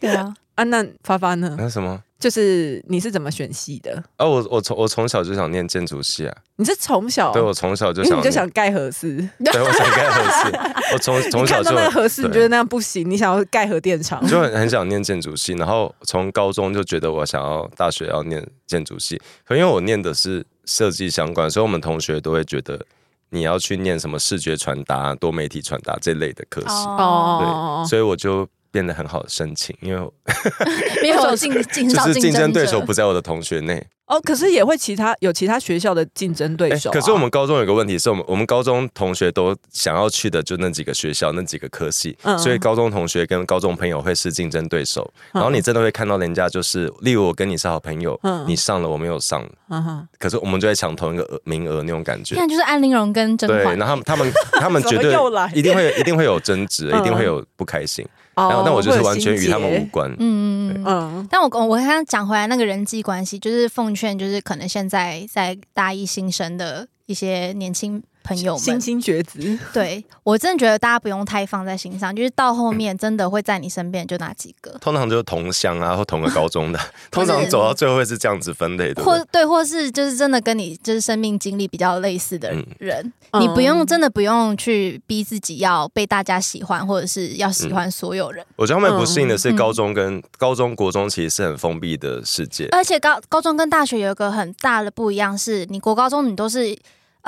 [SPEAKER 2] 对啊，
[SPEAKER 4] 啊，那发发呢？
[SPEAKER 3] 那什么？
[SPEAKER 4] 就是你是怎么选系的？
[SPEAKER 3] 哦，我我从我从小就想念建筑系啊，
[SPEAKER 4] 你是从
[SPEAKER 2] 哦
[SPEAKER 4] 小，
[SPEAKER 3] 对我从小就
[SPEAKER 4] 因为
[SPEAKER 3] 想
[SPEAKER 4] 你
[SPEAKER 3] 念，
[SPEAKER 4] 就想盖合适，
[SPEAKER 3] 对我想盖合适，我从从
[SPEAKER 4] 你
[SPEAKER 3] 小
[SPEAKER 4] 看
[SPEAKER 3] 就
[SPEAKER 4] 到那个合适，你
[SPEAKER 3] 对
[SPEAKER 4] 觉得那样不行，你想要盖核电厂，
[SPEAKER 3] 就很很想念建筑系，然后从高中就觉得我想要大学要念建筑系，可因为我念的是设计相关，所以我们同学都会觉得你要去念什么视觉传达、多媒体传达这类的科系，
[SPEAKER 2] 哦，
[SPEAKER 3] 对，所以我就变得很好申请，因为
[SPEAKER 2] 没有竞竞
[SPEAKER 3] 就
[SPEAKER 2] 少
[SPEAKER 3] 是竞争
[SPEAKER 2] 争
[SPEAKER 3] 对
[SPEAKER 2] 者
[SPEAKER 3] 手不在我的同学内。
[SPEAKER 4] 哦，可是也会其他有其他学校的竞争对
[SPEAKER 3] 哎
[SPEAKER 4] 手啊、
[SPEAKER 3] 可是我们高中有个问题，是我们我们高中同学都想要去的就那几个学校、那几个科系，
[SPEAKER 4] 嗯
[SPEAKER 3] 所以高中同学跟高中朋友会是竞争对手。然后你真的会看到人家就是，例如我跟你是好朋友，
[SPEAKER 4] 嗯
[SPEAKER 3] 你上了我没有上，
[SPEAKER 4] 嗯哼，
[SPEAKER 3] 可是我们就在抢同一个额名额那种感觉
[SPEAKER 2] 现。在就是安陵容跟甄
[SPEAKER 3] 对，
[SPEAKER 2] 嬛
[SPEAKER 3] 然，后他们 他们他们
[SPEAKER 4] 怎么
[SPEAKER 3] 绝对
[SPEAKER 4] 又来
[SPEAKER 3] 一定会一定会有争执，
[SPEAKER 4] 嗯
[SPEAKER 3] 一定会有不开心。
[SPEAKER 4] 哦
[SPEAKER 3] 然后但我就是完全与他们
[SPEAKER 4] 会
[SPEAKER 3] 无
[SPEAKER 4] 有心结
[SPEAKER 3] 关。
[SPEAKER 2] 嗯嗯嗯。
[SPEAKER 4] 嗯，
[SPEAKER 2] 但我我刚刚讲回来那个人际关系，就是奉劝，就是可能现在在大一新生的一些年轻朋友
[SPEAKER 4] 新
[SPEAKER 2] 们，
[SPEAKER 4] 兴学子，
[SPEAKER 2] 对我真的觉得大家不用太放在心上，就是到后面真的会在你身边就那几个，
[SPEAKER 3] 通常就是同乡啊，或同个高 中的，通
[SPEAKER 2] 或
[SPEAKER 3] 常
[SPEAKER 2] 是
[SPEAKER 3] 走到最后会是这样子分类的。对不
[SPEAKER 2] 或
[SPEAKER 3] 对
[SPEAKER 2] 对，或是就是真的跟你就是生命经历比较类似的
[SPEAKER 3] 嗯
[SPEAKER 2] 人，
[SPEAKER 4] 嗯
[SPEAKER 2] 你不用真的不用去逼自己要被大家喜欢，或者是要
[SPEAKER 3] 嗯
[SPEAKER 2] 喜欢所有人。
[SPEAKER 3] 我觉得他们不适应的是
[SPEAKER 2] 嗯
[SPEAKER 3] 高中跟高中、国中其实是很封闭的世界。
[SPEAKER 2] 而且高高中跟大学有一个很大的不一样是，你国高中你都是。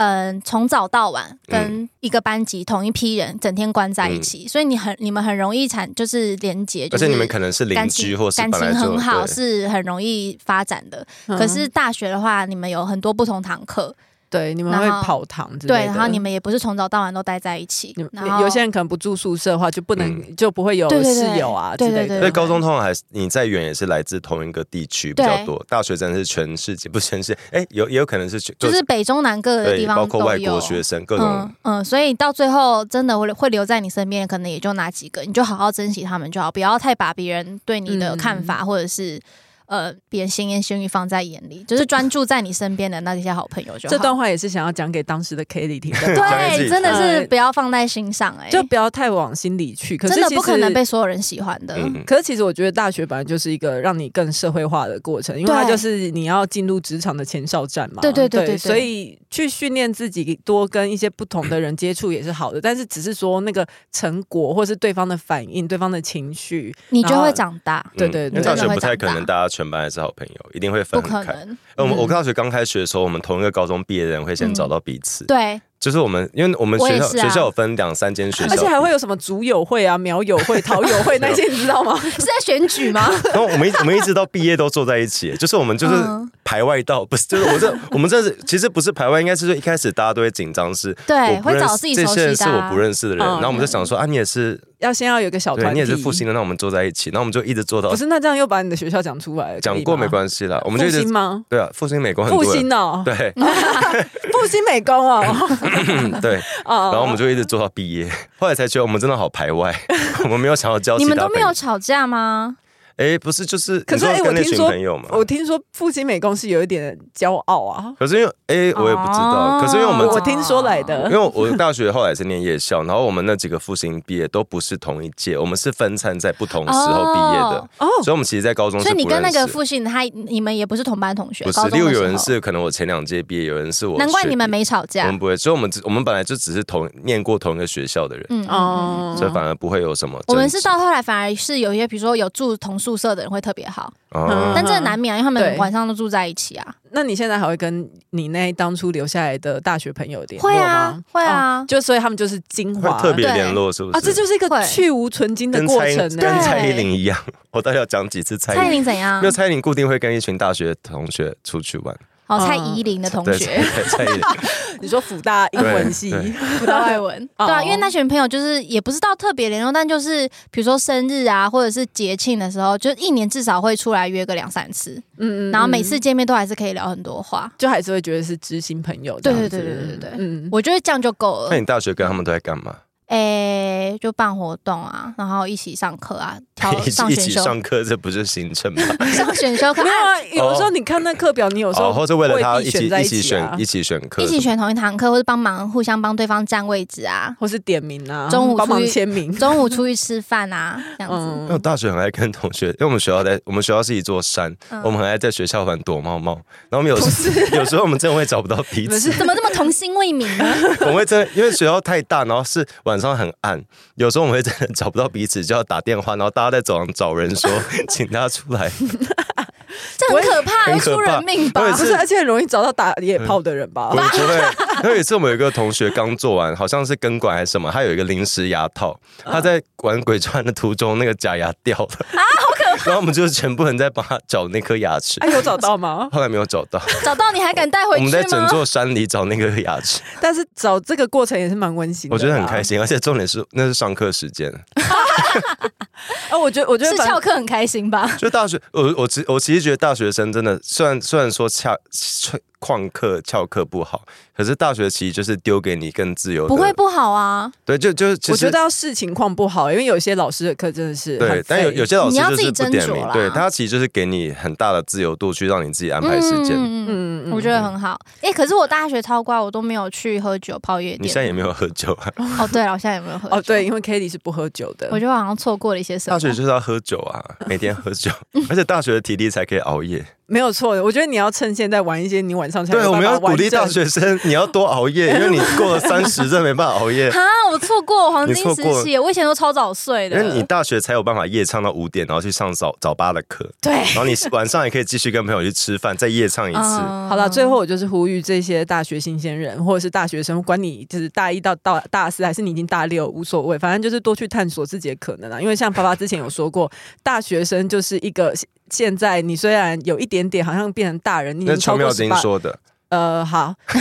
[SPEAKER 2] 嗯，从早到晚
[SPEAKER 3] 嗯
[SPEAKER 2] 跟一个班级同一批人整天关在一起，所以你很你们很容易产就是连结，就
[SPEAKER 3] 而
[SPEAKER 2] 是
[SPEAKER 3] 且你们可能是邻
[SPEAKER 2] 感
[SPEAKER 3] 居，
[SPEAKER 2] 情
[SPEAKER 3] 或是
[SPEAKER 2] 感
[SPEAKER 3] 本
[SPEAKER 2] 情
[SPEAKER 3] 来就
[SPEAKER 2] 很好，
[SPEAKER 3] 对
[SPEAKER 2] 是很容易发展的。
[SPEAKER 4] 嗯
[SPEAKER 2] 可是大学的话，你们有很多不同堂课，
[SPEAKER 4] 对你们会
[SPEAKER 2] 然后
[SPEAKER 4] 跑堂之类的，
[SPEAKER 2] 对，然后你们也不是从早到晚都待在一起
[SPEAKER 4] 你们。
[SPEAKER 2] 然后
[SPEAKER 4] 有些人可能不住宿舍的话，就不能、就不会有
[SPEAKER 2] 对对对
[SPEAKER 4] 室友啊
[SPEAKER 2] 对对
[SPEAKER 4] 之类
[SPEAKER 2] 对
[SPEAKER 3] 所
[SPEAKER 4] 的
[SPEAKER 3] 以。嗯高中通常还是你再远也是来自同一个地区比较多，大学真的是全世界，不是全世 界，哎，有也有可能是全
[SPEAKER 2] 就是北中南各个地
[SPEAKER 3] 对，
[SPEAKER 2] 方
[SPEAKER 3] 包括外
[SPEAKER 2] 都有
[SPEAKER 3] 国学生各种
[SPEAKER 2] 嗯。嗯，所以到最后真的会会留在你身边，可
[SPEAKER 3] 嗯
[SPEAKER 2] 能也就那几个，你就好好珍惜他们就好，不要太把别人对你的看法或者是。呃别人闲言闲语放在眼里，就是专注在你身边的那些好朋友就好。
[SPEAKER 4] 这段话也是想要讲给当时的 Kelly 听的，
[SPEAKER 3] 讲给自
[SPEAKER 2] 对，
[SPEAKER 3] 己
[SPEAKER 2] 真的是
[SPEAKER 4] 呃
[SPEAKER 2] 不要放在心上哎、
[SPEAKER 4] 就不要太往心里去。可是
[SPEAKER 2] 真的
[SPEAKER 4] 其
[SPEAKER 2] 不可
[SPEAKER 4] 实
[SPEAKER 2] 能被所有人喜欢的。
[SPEAKER 3] 嗯，
[SPEAKER 4] 可是其实我觉得大学本来就是一个让你更社会化的过程，因为它
[SPEAKER 2] 对
[SPEAKER 4] 就是你要进入职场的前哨战嘛。
[SPEAKER 2] 对对对对对
[SPEAKER 4] 所以去训练自己多跟一些不同的人接触也是好的，但是只是说那个成果或是对方的反应、对方的情绪，
[SPEAKER 2] 你就
[SPEAKER 4] 然后
[SPEAKER 2] 会长大，
[SPEAKER 4] 对对对
[SPEAKER 3] 因为大学
[SPEAKER 2] 真的会
[SPEAKER 3] 不太
[SPEAKER 2] 长
[SPEAKER 3] 可能
[SPEAKER 2] 大
[SPEAKER 3] 大家全班还是好朋友，一定会
[SPEAKER 2] 不
[SPEAKER 3] 分
[SPEAKER 2] 可
[SPEAKER 3] 很开。
[SPEAKER 2] 能。
[SPEAKER 3] 呃我们我
[SPEAKER 4] 嗯
[SPEAKER 3] 大学刚开学的时候，我们同一个高中毕业的人会先
[SPEAKER 2] 嗯
[SPEAKER 3] 找到彼此，
[SPEAKER 2] 对，
[SPEAKER 3] 就是我们，因为我们
[SPEAKER 2] 我也
[SPEAKER 3] 学校、
[SPEAKER 2] 是啊
[SPEAKER 3] 学校有分两三间学校，
[SPEAKER 4] 而且还会有什么组友会啊、苗友会、桃友 会那些，你知道吗？
[SPEAKER 2] 是在选举吗？
[SPEAKER 3] 然后我们一我们一直到毕业都坐在一起，就是我们就是
[SPEAKER 2] 嗯
[SPEAKER 3] 排外到不是，就是我 这我们这是其实不是排外，应该是说一开始大家都会紧张，是
[SPEAKER 2] 对
[SPEAKER 3] 我不认
[SPEAKER 2] 会
[SPEAKER 3] 识
[SPEAKER 2] 找自己熟
[SPEAKER 3] 这
[SPEAKER 2] 悉
[SPEAKER 3] 些
[SPEAKER 2] 的啊
[SPEAKER 3] 人是我不认识的人，
[SPEAKER 4] 嗯
[SPEAKER 3] 然后我们就想说啊，你也是
[SPEAKER 4] 要先要有一个小团
[SPEAKER 3] 对，
[SPEAKER 4] 体，
[SPEAKER 3] 你也是复兴的，那我们坐在一起，那我们就一直坐到
[SPEAKER 4] 不是？那这样又把你的学校讲出来了，
[SPEAKER 3] 讲过没
[SPEAKER 4] 系，
[SPEAKER 3] 关系啦，我们就一
[SPEAKER 4] 复
[SPEAKER 3] 直
[SPEAKER 4] 兴吗？
[SPEAKER 3] 对啊，复兴美国很
[SPEAKER 4] 复
[SPEAKER 3] 多人
[SPEAKER 4] 兴哦，
[SPEAKER 3] 对
[SPEAKER 4] 复兴美工哦，
[SPEAKER 3] 对，
[SPEAKER 4] 然
[SPEAKER 3] 然后我们就一直做到毕业，后来才觉得我们真的好排外， 我们没有想要交
[SPEAKER 2] 你
[SPEAKER 3] 其
[SPEAKER 2] 们
[SPEAKER 3] 他
[SPEAKER 2] 都没
[SPEAKER 3] 朋
[SPEAKER 2] 有
[SPEAKER 3] 友。
[SPEAKER 2] 吵架吗？
[SPEAKER 3] 哎，不是，就是
[SPEAKER 4] 可是
[SPEAKER 3] 你
[SPEAKER 4] 哎
[SPEAKER 3] 说
[SPEAKER 4] 我
[SPEAKER 3] 跟那
[SPEAKER 4] 听
[SPEAKER 3] 群
[SPEAKER 4] 说
[SPEAKER 3] 朋友嘛。
[SPEAKER 4] 我听说复兴美工是有一点骄傲啊，
[SPEAKER 3] 可是因为哎，我也不知道。可是因为我们啊
[SPEAKER 2] 哦
[SPEAKER 4] 我听说来的
[SPEAKER 3] 因为我大学后来是念夜校，然后我们那几个复兴毕业都不是同一届，我们是分散在不同时候毕业的
[SPEAKER 2] 哦，
[SPEAKER 4] 哦。
[SPEAKER 3] 所以我们其实，在高中是
[SPEAKER 2] 所以你
[SPEAKER 3] 不
[SPEAKER 2] 跟那个
[SPEAKER 3] 认识
[SPEAKER 2] 复姓，他你们也不是同班同学，
[SPEAKER 3] 不是
[SPEAKER 2] 高中的时
[SPEAKER 3] 六
[SPEAKER 2] 候
[SPEAKER 3] 有人是可能我前两届毕业，有人是我
[SPEAKER 2] 难怪
[SPEAKER 3] 学
[SPEAKER 2] 你们
[SPEAKER 3] 弟，
[SPEAKER 2] 没吵
[SPEAKER 3] 我
[SPEAKER 2] 架
[SPEAKER 3] 们。不会，所以我们只我们本来就只是同念过同一个学校的人，
[SPEAKER 2] 嗯，哦，
[SPEAKER 4] 哦，
[SPEAKER 3] 所以反而不会有什么争执。
[SPEAKER 2] 我们是到后来反而是有一些，比如说有住同宿舍的人会特别好，
[SPEAKER 3] 哦
[SPEAKER 2] 但这难免啊，因为他们
[SPEAKER 4] 对
[SPEAKER 2] 晚上都住在一起啊。
[SPEAKER 4] 那你现在还会跟你那当初留下来的大学朋友联络
[SPEAKER 2] 会
[SPEAKER 4] 吗？
[SPEAKER 2] 啊，会啊
[SPEAKER 4] 哦，就所以他们就是精
[SPEAKER 3] 会
[SPEAKER 4] 华，
[SPEAKER 3] 特别
[SPEAKER 2] 对
[SPEAKER 3] 联络，是不是？
[SPEAKER 4] 啊，这就是一个
[SPEAKER 2] 会
[SPEAKER 4] 去无存精的
[SPEAKER 3] 跟
[SPEAKER 4] 过
[SPEAKER 3] 蔡
[SPEAKER 4] 程欸呢、
[SPEAKER 3] 跟蔡依
[SPEAKER 2] 对
[SPEAKER 3] 林一样， 我到底要讲几次蔡
[SPEAKER 2] 欸蔡依
[SPEAKER 3] 依林？
[SPEAKER 2] 林怎啊样
[SPEAKER 3] 因为？蔡依林固定会跟一群大学同学出去玩，
[SPEAKER 2] 哦，
[SPEAKER 4] 嗯
[SPEAKER 2] 蔡依林的同
[SPEAKER 3] 对
[SPEAKER 2] 学，
[SPEAKER 3] 蔡蔡依林，
[SPEAKER 4] 你说辅大英文系，
[SPEAKER 3] 对
[SPEAKER 2] 不到外文。
[SPEAKER 4] 哦
[SPEAKER 2] 对啊，因为那群朋友就是也不是到特别联络，但就是比如说生日啊，或者是节庆的时候，就一年至少会出来约个两三次，
[SPEAKER 4] 嗯
[SPEAKER 2] 然后每次见面都还是可以聊很多话。
[SPEAKER 4] 就还是会觉得是知心朋友
[SPEAKER 2] 对
[SPEAKER 4] 这样
[SPEAKER 2] 对
[SPEAKER 4] 子，
[SPEAKER 2] 对对对对对，
[SPEAKER 4] 嗯，
[SPEAKER 2] 我觉得这样就够
[SPEAKER 3] 那
[SPEAKER 2] 了。
[SPEAKER 3] 你大学跟他们都在干嘛？
[SPEAKER 2] 诶，就办活动啊，然后一起上课啊，挑
[SPEAKER 3] 一起
[SPEAKER 2] 上
[SPEAKER 3] 一
[SPEAKER 2] 选
[SPEAKER 3] 起
[SPEAKER 2] 修，
[SPEAKER 3] 上课，这不是行程吗？
[SPEAKER 2] 上选 修课
[SPEAKER 4] 没有
[SPEAKER 2] 啊，
[SPEAKER 4] 啊，有时候你看那课表，你有时候
[SPEAKER 3] 哦，或者为了他一
[SPEAKER 4] 未必
[SPEAKER 3] 起
[SPEAKER 4] 选在
[SPEAKER 3] 一
[SPEAKER 4] 一
[SPEAKER 3] 起
[SPEAKER 4] 起啊
[SPEAKER 3] 选一起选课
[SPEAKER 2] 一
[SPEAKER 3] 什么的，
[SPEAKER 2] 起选同一堂课，或者帮忙互相帮对方占位置啊，
[SPEAKER 4] 或是点名啊，
[SPEAKER 2] 中午
[SPEAKER 4] 帮忙
[SPEAKER 2] 出去
[SPEAKER 4] 签名，
[SPEAKER 2] 中午出去吃饭啊，这样子。
[SPEAKER 3] 因为我
[SPEAKER 4] 嗯，
[SPEAKER 3] 大学很爱跟同学，因为我们学校在我们学校是一座山，
[SPEAKER 2] 嗯
[SPEAKER 3] 我们很爱在学校玩躲猫猫。然后我们有时 有时候我们真的会找不到彼
[SPEAKER 4] 你们
[SPEAKER 3] 此
[SPEAKER 4] 是，
[SPEAKER 2] 怎么这么童心未泯呢？
[SPEAKER 3] 我们会真的因为学校太大，然后是晚上很暗，有时候我们会真的找不到彼此，就要打电话，然后大家在走廊找人说， 请大家出来。
[SPEAKER 2] 这很可怕，会
[SPEAKER 3] 很可
[SPEAKER 2] 出
[SPEAKER 3] 怕
[SPEAKER 2] 人命吧
[SPEAKER 3] 我？也
[SPEAKER 4] 啊不
[SPEAKER 3] 是嗯
[SPEAKER 4] 是，而且很容易找到打野炮的人吧
[SPEAKER 3] 我？觉得，因为有一次我们有一个同学刚做完，好像是根管还是什么，他有一个临时牙套，他在玩鬼船的途中，那个假牙掉了啊，好可 怕！然后我们就全部人在帮他找那颗牙齿
[SPEAKER 4] 哎，，有找 到吗？
[SPEAKER 3] 后来没有找到。
[SPEAKER 2] 找到你还敢带回
[SPEAKER 3] 我
[SPEAKER 2] 去
[SPEAKER 3] 们在整
[SPEAKER 2] 吗？
[SPEAKER 3] 座山里找那个牙 齿，
[SPEAKER 4] 但是找这个过程也是蛮温馨的，
[SPEAKER 3] 我觉得很开。心，而且重点是那是上课时间，
[SPEAKER 4] 哦，我觉得，我觉得
[SPEAKER 2] 是
[SPEAKER 4] 反
[SPEAKER 2] 翘课很开心吧？
[SPEAKER 3] 就大学，我我其我其实觉得大学生真的，虽然虽然说翘旷课翘课不好，可是大学其实就是丢给你更自由的，
[SPEAKER 2] 不会不好啊，
[SPEAKER 3] 对，就就其
[SPEAKER 4] 我觉
[SPEAKER 3] 实
[SPEAKER 4] 得要视情况不好，因为有些老师的课真的是很
[SPEAKER 3] 对，但有
[SPEAKER 4] 废
[SPEAKER 3] 有些老师
[SPEAKER 2] 你要
[SPEAKER 3] 就
[SPEAKER 2] 自己
[SPEAKER 3] 是不点
[SPEAKER 2] 斟酌
[SPEAKER 3] 名
[SPEAKER 2] 啦，
[SPEAKER 3] 对他其实就是给你很大的自由度去让你自己安排时间。
[SPEAKER 2] 嗯嗯
[SPEAKER 4] 嗯
[SPEAKER 2] 嗯，我觉得很好。哎，可是我大学超乖，我都没有去喝酒泡夜店。
[SPEAKER 3] 你现在也没有喝酒啊，
[SPEAKER 2] 哦，对了，我现在也没有喝酒。
[SPEAKER 4] 哦，对，，因为 k a t i e 是不喝酒的
[SPEAKER 2] 我，觉得我好像错过了一些什么。
[SPEAKER 3] 大学就是要喝酒啊，每天喝 酒，
[SPEAKER 4] 嗯
[SPEAKER 3] 而且大学的体力才可以熬夜。
[SPEAKER 4] 没有错的。我觉得你要趁现在玩一些你晚上才有
[SPEAKER 3] 对，我们
[SPEAKER 4] 办
[SPEAKER 3] 要
[SPEAKER 4] 法
[SPEAKER 3] 鼓励
[SPEAKER 4] 完整
[SPEAKER 3] 大学生，你要多熬夜，因为你过了三十真的没办法熬 夜。
[SPEAKER 2] 哈，我错过黄金
[SPEAKER 3] 你错
[SPEAKER 2] 时
[SPEAKER 3] 过了
[SPEAKER 2] 期，我以前都超早睡
[SPEAKER 3] 因为你
[SPEAKER 2] 的。
[SPEAKER 3] 大学才有办法夜唱到五点，然后去上早早八的课，
[SPEAKER 2] 对，
[SPEAKER 3] 然后你晚上也可以继续跟朋友去吃饭，再夜唱一次。
[SPEAKER 2] 嗯
[SPEAKER 4] 好了，最后我就是呼吁这些大学新鲜人或者是大学生，管你就是大一到到大四，还是你已经大六，无所谓，反正就是多去探索自己的可能啊。因为像爸爸之前有说过，大学生就是一个现在你虽然有一点点好像变成大人，你已
[SPEAKER 3] 那
[SPEAKER 4] 经
[SPEAKER 3] 邱
[SPEAKER 4] 超
[SPEAKER 3] 妙
[SPEAKER 4] 过十
[SPEAKER 3] 金
[SPEAKER 4] 八，
[SPEAKER 3] 说的，呃
[SPEAKER 4] 呃，好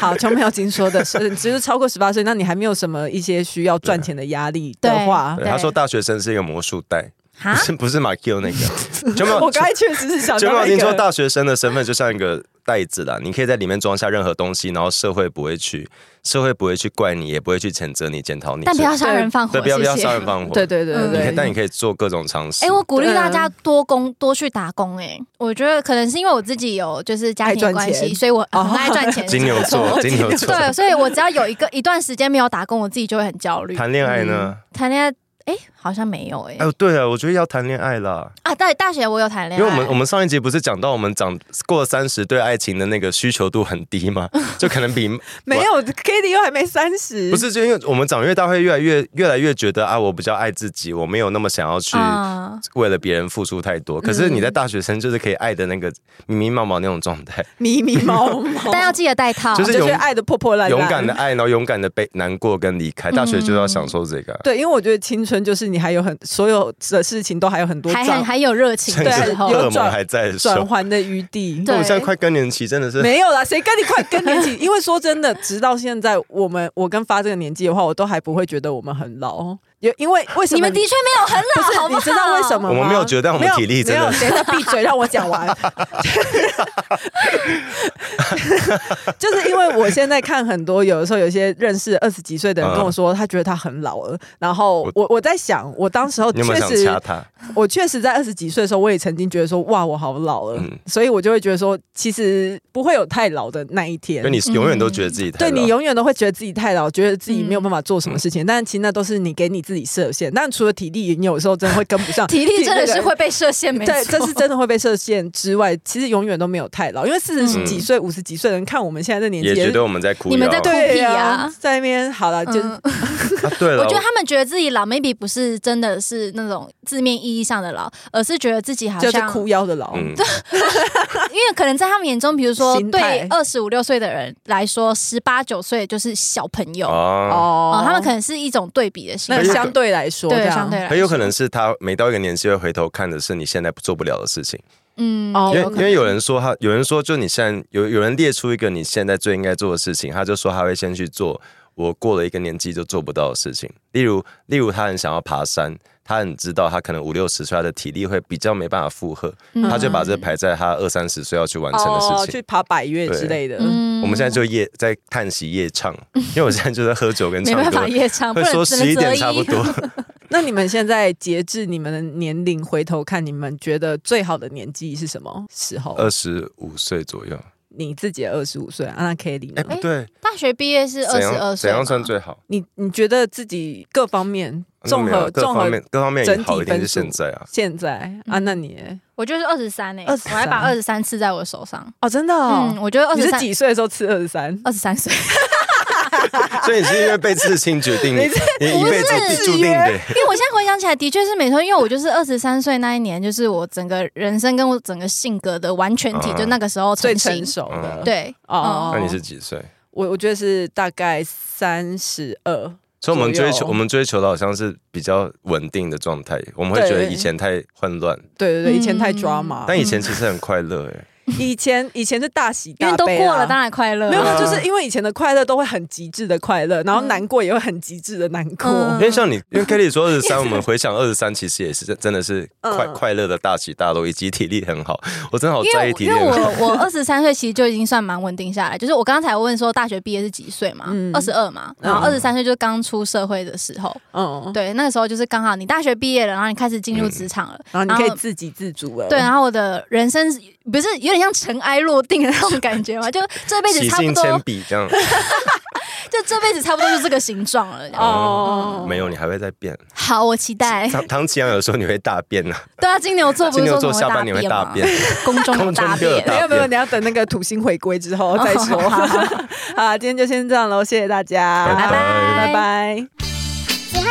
[SPEAKER 4] 好，邱妙金说的是，只是超过十八岁，那你还没有什么一些需要赚钱的压力的话，
[SPEAKER 3] 对
[SPEAKER 2] 对
[SPEAKER 3] 他说大学生是一个魔术袋，
[SPEAKER 2] 哈
[SPEAKER 3] 不，是不是马 Q 那个， 就没有
[SPEAKER 4] 我刚才确实是想
[SPEAKER 3] 就
[SPEAKER 4] 到
[SPEAKER 3] 没有
[SPEAKER 4] 一
[SPEAKER 3] 听说
[SPEAKER 4] 个，
[SPEAKER 3] 大学生的身份就像一个袋子啦，你可以在里面装下任何东西，然后社会不会去，社会不会去怪你，也不会去谴责你、检讨你。
[SPEAKER 2] 但不要杀人放火，
[SPEAKER 3] 对，不要不要
[SPEAKER 2] 谢谢
[SPEAKER 3] 杀人放火。
[SPEAKER 4] 对对对
[SPEAKER 2] 嗯
[SPEAKER 3] 你可
[SPEAKER 4] 对
[SPEAKER 3] 以，但
[SPEAKER 4] 对，
[SPEAKER 3] 你可以做各种尝试。
[SPEAKER 2] 哎、我鼓励
[SPEAKER 4] 对
[SPEAKER 2] 大
[SPEAKER 4] 啊
[SPEAKER 2] 家多工多去打工、哎，我觉得可能是因为我自己有就是家
[SPEAKER 4] 爱
[SPEAKER 2] 庭的
[SPEAKER 4] 赚
[SPEAKER 2] 关系，
[SPEAKER 4] 钱
[SPEAKER 2] 所以我
[SPEAKER 4] 哦
[SPEAKER 2] 很爱赚 钱。
[SPEAKER 3] 金牛 座，金牛座
[SPEAKER 2] 对，所以我只要有一个一段时间没有打工，我自己就会很焦虑。
[SPEAKER 3] 谈恋爱呢？
[SPEAKER 2] 谈恋爱，哎、好像没有哎、
[SPEAKER 3] 哎呦，对啊，我觉得要谈恋爱啦，
[SPEAKER 2] 啊，大大学我有谈恋
[SPEAKER 3] 因
[SPEAKER 2] 爱，
[SPEAKER 3] 为我们我们上一集不是讲到我们长过了三十对爱情的那个需求度很 低吗？就可能比
[SPEAKER 4] 没有 Kitty 又还没三十，
[SPEAKER 3] 不是，就因为我们长越大会越来越越来越觉得啊，我比较爱自己，我没有那么想要去
[SPEAKER 2] 啊
[SPEAKER 3] 为了别人付出太多。可是你在大学生就是可以爱的那个迷迷茫茫那种状态，
[SPEAKER 4] 迷迷毛 毛，
[SPEAKER 2] 但要记得带套，
[SPEAKER 3] 就是
[SPEAKER 4] 就是
[SPEAKER 3] 勇
[SPEAKER 4] 爱的破破烂烂，
[SPEAKER 3] 勇敢的爱，然后勇敢的被难过跟离开。大学就要享受这个啊，
[SPEAKER 4] 对，因为我觉得青春就是你还有很所有的事情都还有很多
[SPEAKER 2] 还
[SPEAKER 4] 转
[SPEAKER 2] 很还有热情
[SPEAKER 3] 趁
[SPEAKER 2] 的
[SPEAKER 4] 对
[SPEAKER 2] 时
[SPEAKER 3] 着荷
[SPEAKER 2] 候
[SPEAKER 4] 有，
[SPEAKER 3] 尔蒙
[SPEAKER 4] 转
[SPEAKER 3] 还在的时
[SPEAKER 4] 转
[SPEAKER 3] 候。
[SPEAKER 4] 换的余地。
[SPEAKER 2] 对
[SPEAKER 3] 那我现在快更年期，真的是
[SPEAKER 4] 没有啦，谁跟你快更年期？因为说真的，直到现在，我们我跟发这个年纪的话，我都还不会觉得我们很老。有因为为什么
[SPEAKER 2] 你们的确没有很
[SPEAKER 4] 不
[SPEAKER 2] 老，好
[SPEAKER 4] 是
[SPEAKER 2] 不好？，
[SPEAKER 4] 你知道为什么吗？
[SPEAKER 3] 我们没有觉得但我们
[SPEAKER 4] 没有
[SPEAKER 3] 体力真的
[SPEAKER 4] 没有。等一下闭嘴，让我 讲完。就是因为我现在看很多，有的时候有些认识二十几岁的人跟我说，他觉得他很老了。然后我我在想，我当时候
[SPEAKER 3] 你有没
[SPEAKER 4] 确
[SPEAKER 3] 有想
[SPEAKER 4] 实
[SPEAKER 3] 掐他？
[SPEAKER 4] 我确实在二十几岁的时候，我也曾经觉得说，哇，我好老了，
[SPEAKER 3] 嗯
[SPEAKER 4] 所以我就会觉得说，其实不会有太老的那一
[SPEAKER 3] 因
[SPEAKER 4] 天
[SPEAKER 3] 为。你永远都觉得自己太
[SPEAKER 4] 对
[SPEAKER 3] 老嗯
[SPEAKER 4] 你永远都会觉得自己太老，觉得自己没有办法做什么事情，但其实那都是你给你自己设限。但除了体力，你有时候真的会跟不 上
[SPEAKER 2] 体力真的
[SPEAKER 4] 自己
[SPEAKER 2] 是
[SPEAKER 4] 那个
[SPEAKER 2] 会被设限，没错，
[SPEAKER 4] 对，这是真的会被设限之外，其实永远都没有太老，因为四十几岁、五十几岁的人看我们现在这年纪
[SPEAKER 3] 也觉
[SPEAKER 4] 是
[SPEAKER 3] 得我们在哭
[SPEAKER 2] 你们在
[SPEAKER 3] 腰
[SPEAKER 2] 哭
[SPEAKER 4] 对呀、
[SPEAKER 2] 哭屁呀
[SPEAKER 4] 在那边好了，就、
[SPEAKER 2] 啊嗯
[SPEAKER 3] 啊对了，
[SPEAKER 2] 我觉得他们觉得自己老，maybe 不是真的是那种字面意义上的老，而是觉得自己好
[SPEAKER 4] 就是
[SPEAKER 2] 像，
[SPEAKER 4] 哭腰的老。
[SPEAKER 3] 嗯，
[SPEAKER 2] 因为可能在他们眼中，比如说
[SPEAKER 4] 心
[SPEAKER 2] 对
[SPEAKER 4] 态
[SPEAKER 2] 二十五六岁的人来说，十八九岁就是小朋友
[SPEAKER 3] 哦，
[SPEAKER 2] 哦
[SPEAKER 4] 哦，
[SPEAKER 2] 他们可能是一种对比的心
[SPEAKER 4] 那
[SPEAKER 2] 态，
[SPEAKER 4] 相对来说，这
[SPEAKER 2] 对
[SPEAKER 4] 样
[SPEAKER 2] 相对来说
[SPEAKER 3] 很有可能是他每到一个年纪会回头看的是你现在做不了的事情。
[SPEAKER 2] 嗯，
[SPEAKER 4] 哦
[SPEAKER 3] 因为
[SPEAKER 2] 有可
[SPEAKER 3] 因
[SPEAKER 2] 能
[SPEAKER 3] 为有人说他，有人说就你现在有有人列出一个你现在最应该做的事情，他就说他会先去做我过了一个年纪就做不到的事情，例如例如他很想要爬山，他很知道他可能五六十岁他的体力会比较没办法负荷，
[SPEAKER 2] 嗯
[SPEAKER 3] 他就把这排在他二三十岁要去完成的
[SPEAKER 4] 哦，
[SPEAKER 3] 事情。
[SPEAKER 4] 去爬百越之类的。
[SPEAKER 2] 嗯
[SPEAKER 3] 我们现在就夜在叹息夜 唱，因为我现在就在喝酒跟
[SPEAKER 2] 没
[SPEAKER 3] 唱
[SPEAKER 2] 办
[SPEAKER 3] 歌
[SPEAKER 2] 法，夜唱，不
[SPEAKER 3] 会
[SPEAKER 2] 能
[SPEAKER 3] 说
[SPEAKER 2] 只能
[SPEAKER 3] 十一点
[SPEAKER 2] 择
[SPEAKER 3] 差不多。
[SPEAKER 4] 那你们现在截至你们的年龄，回头看，你们觉得最好的年纪是什么时候？
[SPEAKER 3] 二十五岁左右，
[SPEAKER 4] 你自己二十五岁，啊那 Kelly
[SPEAKER 3] 哎、
[SPEAKER 4] 呢？
[SPEAKER 3] 不对，
[SPEAKER 2] 大学毕业是二
[SPEAKER 3] 怎
[SPEAKER 2] 十
[SPEAKER 3] 样
[SPEAKER 2] 二岁
[SPEAKER 3] 怎
[SPEAKER 2] 嘛，
[SPEAKER 3] 样算最好？
[SPEAKER 4] 你你觉得自己各方面
[SPEAKER 3] 那
[SPEAKER 4] 综
[SPEAKER 3] 没有
[SPEAKER 4] 合
[SPEAKER 3] 啊各
[SPEAKER 4] 综
[SPEAKER 3] 方
[SPEAKER 4] 合
[SPEAKER 3] 面各方面
[SPEAKER 4] 整体
[SPEAKER 3] 好一点是
[SPEAKER 4] 分
[SPEAKER 3] 现
[SPEAKER 4] 数
[SPEAKER 3] 在啊，
[SPEAKER 4] 现在啊？那你呢
[SPEAKER 2] 我就是二十三哎，
[SPEAKER 4] 23
[SPEAKER 2] 我还把二十三刺在我的手上。
[SPEAKER 4] 哦，真的
[SPEAKER 2] 嗯，
[SPEAKER 4] 哦，
[SPEAKER 2] 我觉得二
[SPEAKER 4] 你
[SPEAKER 2] 十
[SPEAKER 4] 是
[SPEAKER 2] 三，
[SPEAKER 4] 几岁的时候吃二十三？
[SPEAKER 2] 二十三岁，
[SPEAKER 3] 所以你是因为被刺青决 定你
[SPEAKER 4] 你这
[SPEAKER 3] 你一辈
[SPEAKER 2] 不
[SPEAKER 3] 子
[SPEAKER 2] 是
[SPEAKER 3] 注定 得
[SPEAKER 2] 因为我现在回想起来，的确是没错，因为我就是二十三岁那一年，就是我整个人生跟我整个性格的完全体，
[SPEAKER 3] 嗯
[SPEAKER 2] 就那个时候
[SPEAKER 4] 最
[SPEAKER 2] 成型
[SPEAKER 4] 成。熟的，
[SPEAKER 3] 嗯
[SPEAKER 2] 对，
[SPEAKER 4] 哦。
[SPEAKER 3] 那你是几岁？
[SPEAKER 4] 我我觉得是大概三十二，
[SPEAKER 3] 所以我们追
[SPEAKER 4] 左
[SPEAKER 3] 求
[SPEAKER 4] 右
[SPEAKER 3] 我们追求的好像是比较稳定的状态，我们会觉得
[SPEAKER 4] 对
[SPEAKER 3] 以前太混乱，
[SPEAKER 4] 对对对，以前太
[SPEAKER 2] 嗯
[SPEAKER 4] drama，、
[SPEAKER 3] 但以前其实很快乐哎。
[SPEAKER 4] 以前以前是大喜
[SPEAKER 2] 因
[SPEAKER 4] 大
[SPEAKER 2] 为都
[SPEAKER 4] 悲、啊，
[SPEAKER 2] 过了，当然快乐
[SPEAKER 4] 没有，
[SPEAKER 2] 啊。
[SPEAKER 3] 嗯哦
[SPEAKER 4] 就是因为以前的快乐都会很极致的快乐，然后难过也会很极致的难过。
[SPEAKER 2] 嗯
[SPEAKER 3] 因为像你， 因为 Kelly 说二十三，我们回想二十三，其实也是真真的是快
[SPEAKER 4] 嗯
[SPEAKER 3] 快乐的大起大落，以及体力很好。我真的好
[SPEAKER 2] 因
[SPEAKER 3] 在
[SPEAKER 2] 为
[SPEAKER 3] 意
[SPEAKER 2] 我
[SPEAKER 3] 体
[SPEAKER 2] 因
[SPEAKER 3] 力
[SPEAKER 2] 为
[SPEAKER 3] 很好。
[SPEAKER 2] 我我二十三岁其实就已经算蛮稳定下来，就是我刚才问说大学毕业是几岁嘛，
[SPEAKER 4] 嗯
[SPEAKER 2] 二十二嘛，然后
[SPEAKER 3] 嗯
[SPEAKER 2] 二十三岁就是刚出社会的时候，
[SPEAKER 4] 嗯，
[SPEAKER 2] 对，那个时候就是刚好你大学毕业了，然后你开始
[SPEAKER 3] 嗯
[SPEAKER 2] 进入职场了，
[SPEAKER 4] 然后你可以自给自足
[SPEAKER 3] 哦
[SPEAKER 2] 嗯
[SPEAKER 4] 了。
[SPEAKER 2] 对，然后我的人生是不是有点像尘埃落定的那种感觉 嘛？就这辈子
[SPEAKER 3] 洗
[SPEAKER 2] 差不
[SPEAKER 3] 尽铅
[SPEAKER 2] 多，
[SPEAKER 3] 笔这样，
[SPEAKER 2] 就这辈子差不多就这个形状了。这样
[SPEAKER 3] 嗯
[SPEAKER 4] 哦，
[SPEAKER 3] 没有你还会再变。
[SPEAKER 2] 好，我期待。
[SPEAKER 3] 唐唐奇阳有时候你会大便啊，
[SPEAKER 2] 对啊，金牛座不
[SPEAKER 3] 金
[SPEAKER 2] 是
[SPEAKER 3] 牛
[SPEAKER 2] 说什么
[SPEAKER 3] 座下半年会大
[SPEAKER 2] 吗
[SPEAKER 3] 便？。
[SPEAKER 2] 宫中有
[SPEAKER 3] 宫中
[SPEAKER 2] 大
[SPEAKER 3] 就有
[SPEAKER 2] 便。
[SPEAKER 3] 大
[SPEAKER 4] 没有没有，你要等那个土星回归之后再说。
[SPEAKER 2] 哦 好好
[SPEAKER 4] 好啦，今天就先这样喽，谢谢大家，
[SPEAKER 3] 拜拜
[SPEAKER 4] 拜拜。
[SPEAKER 5] 喜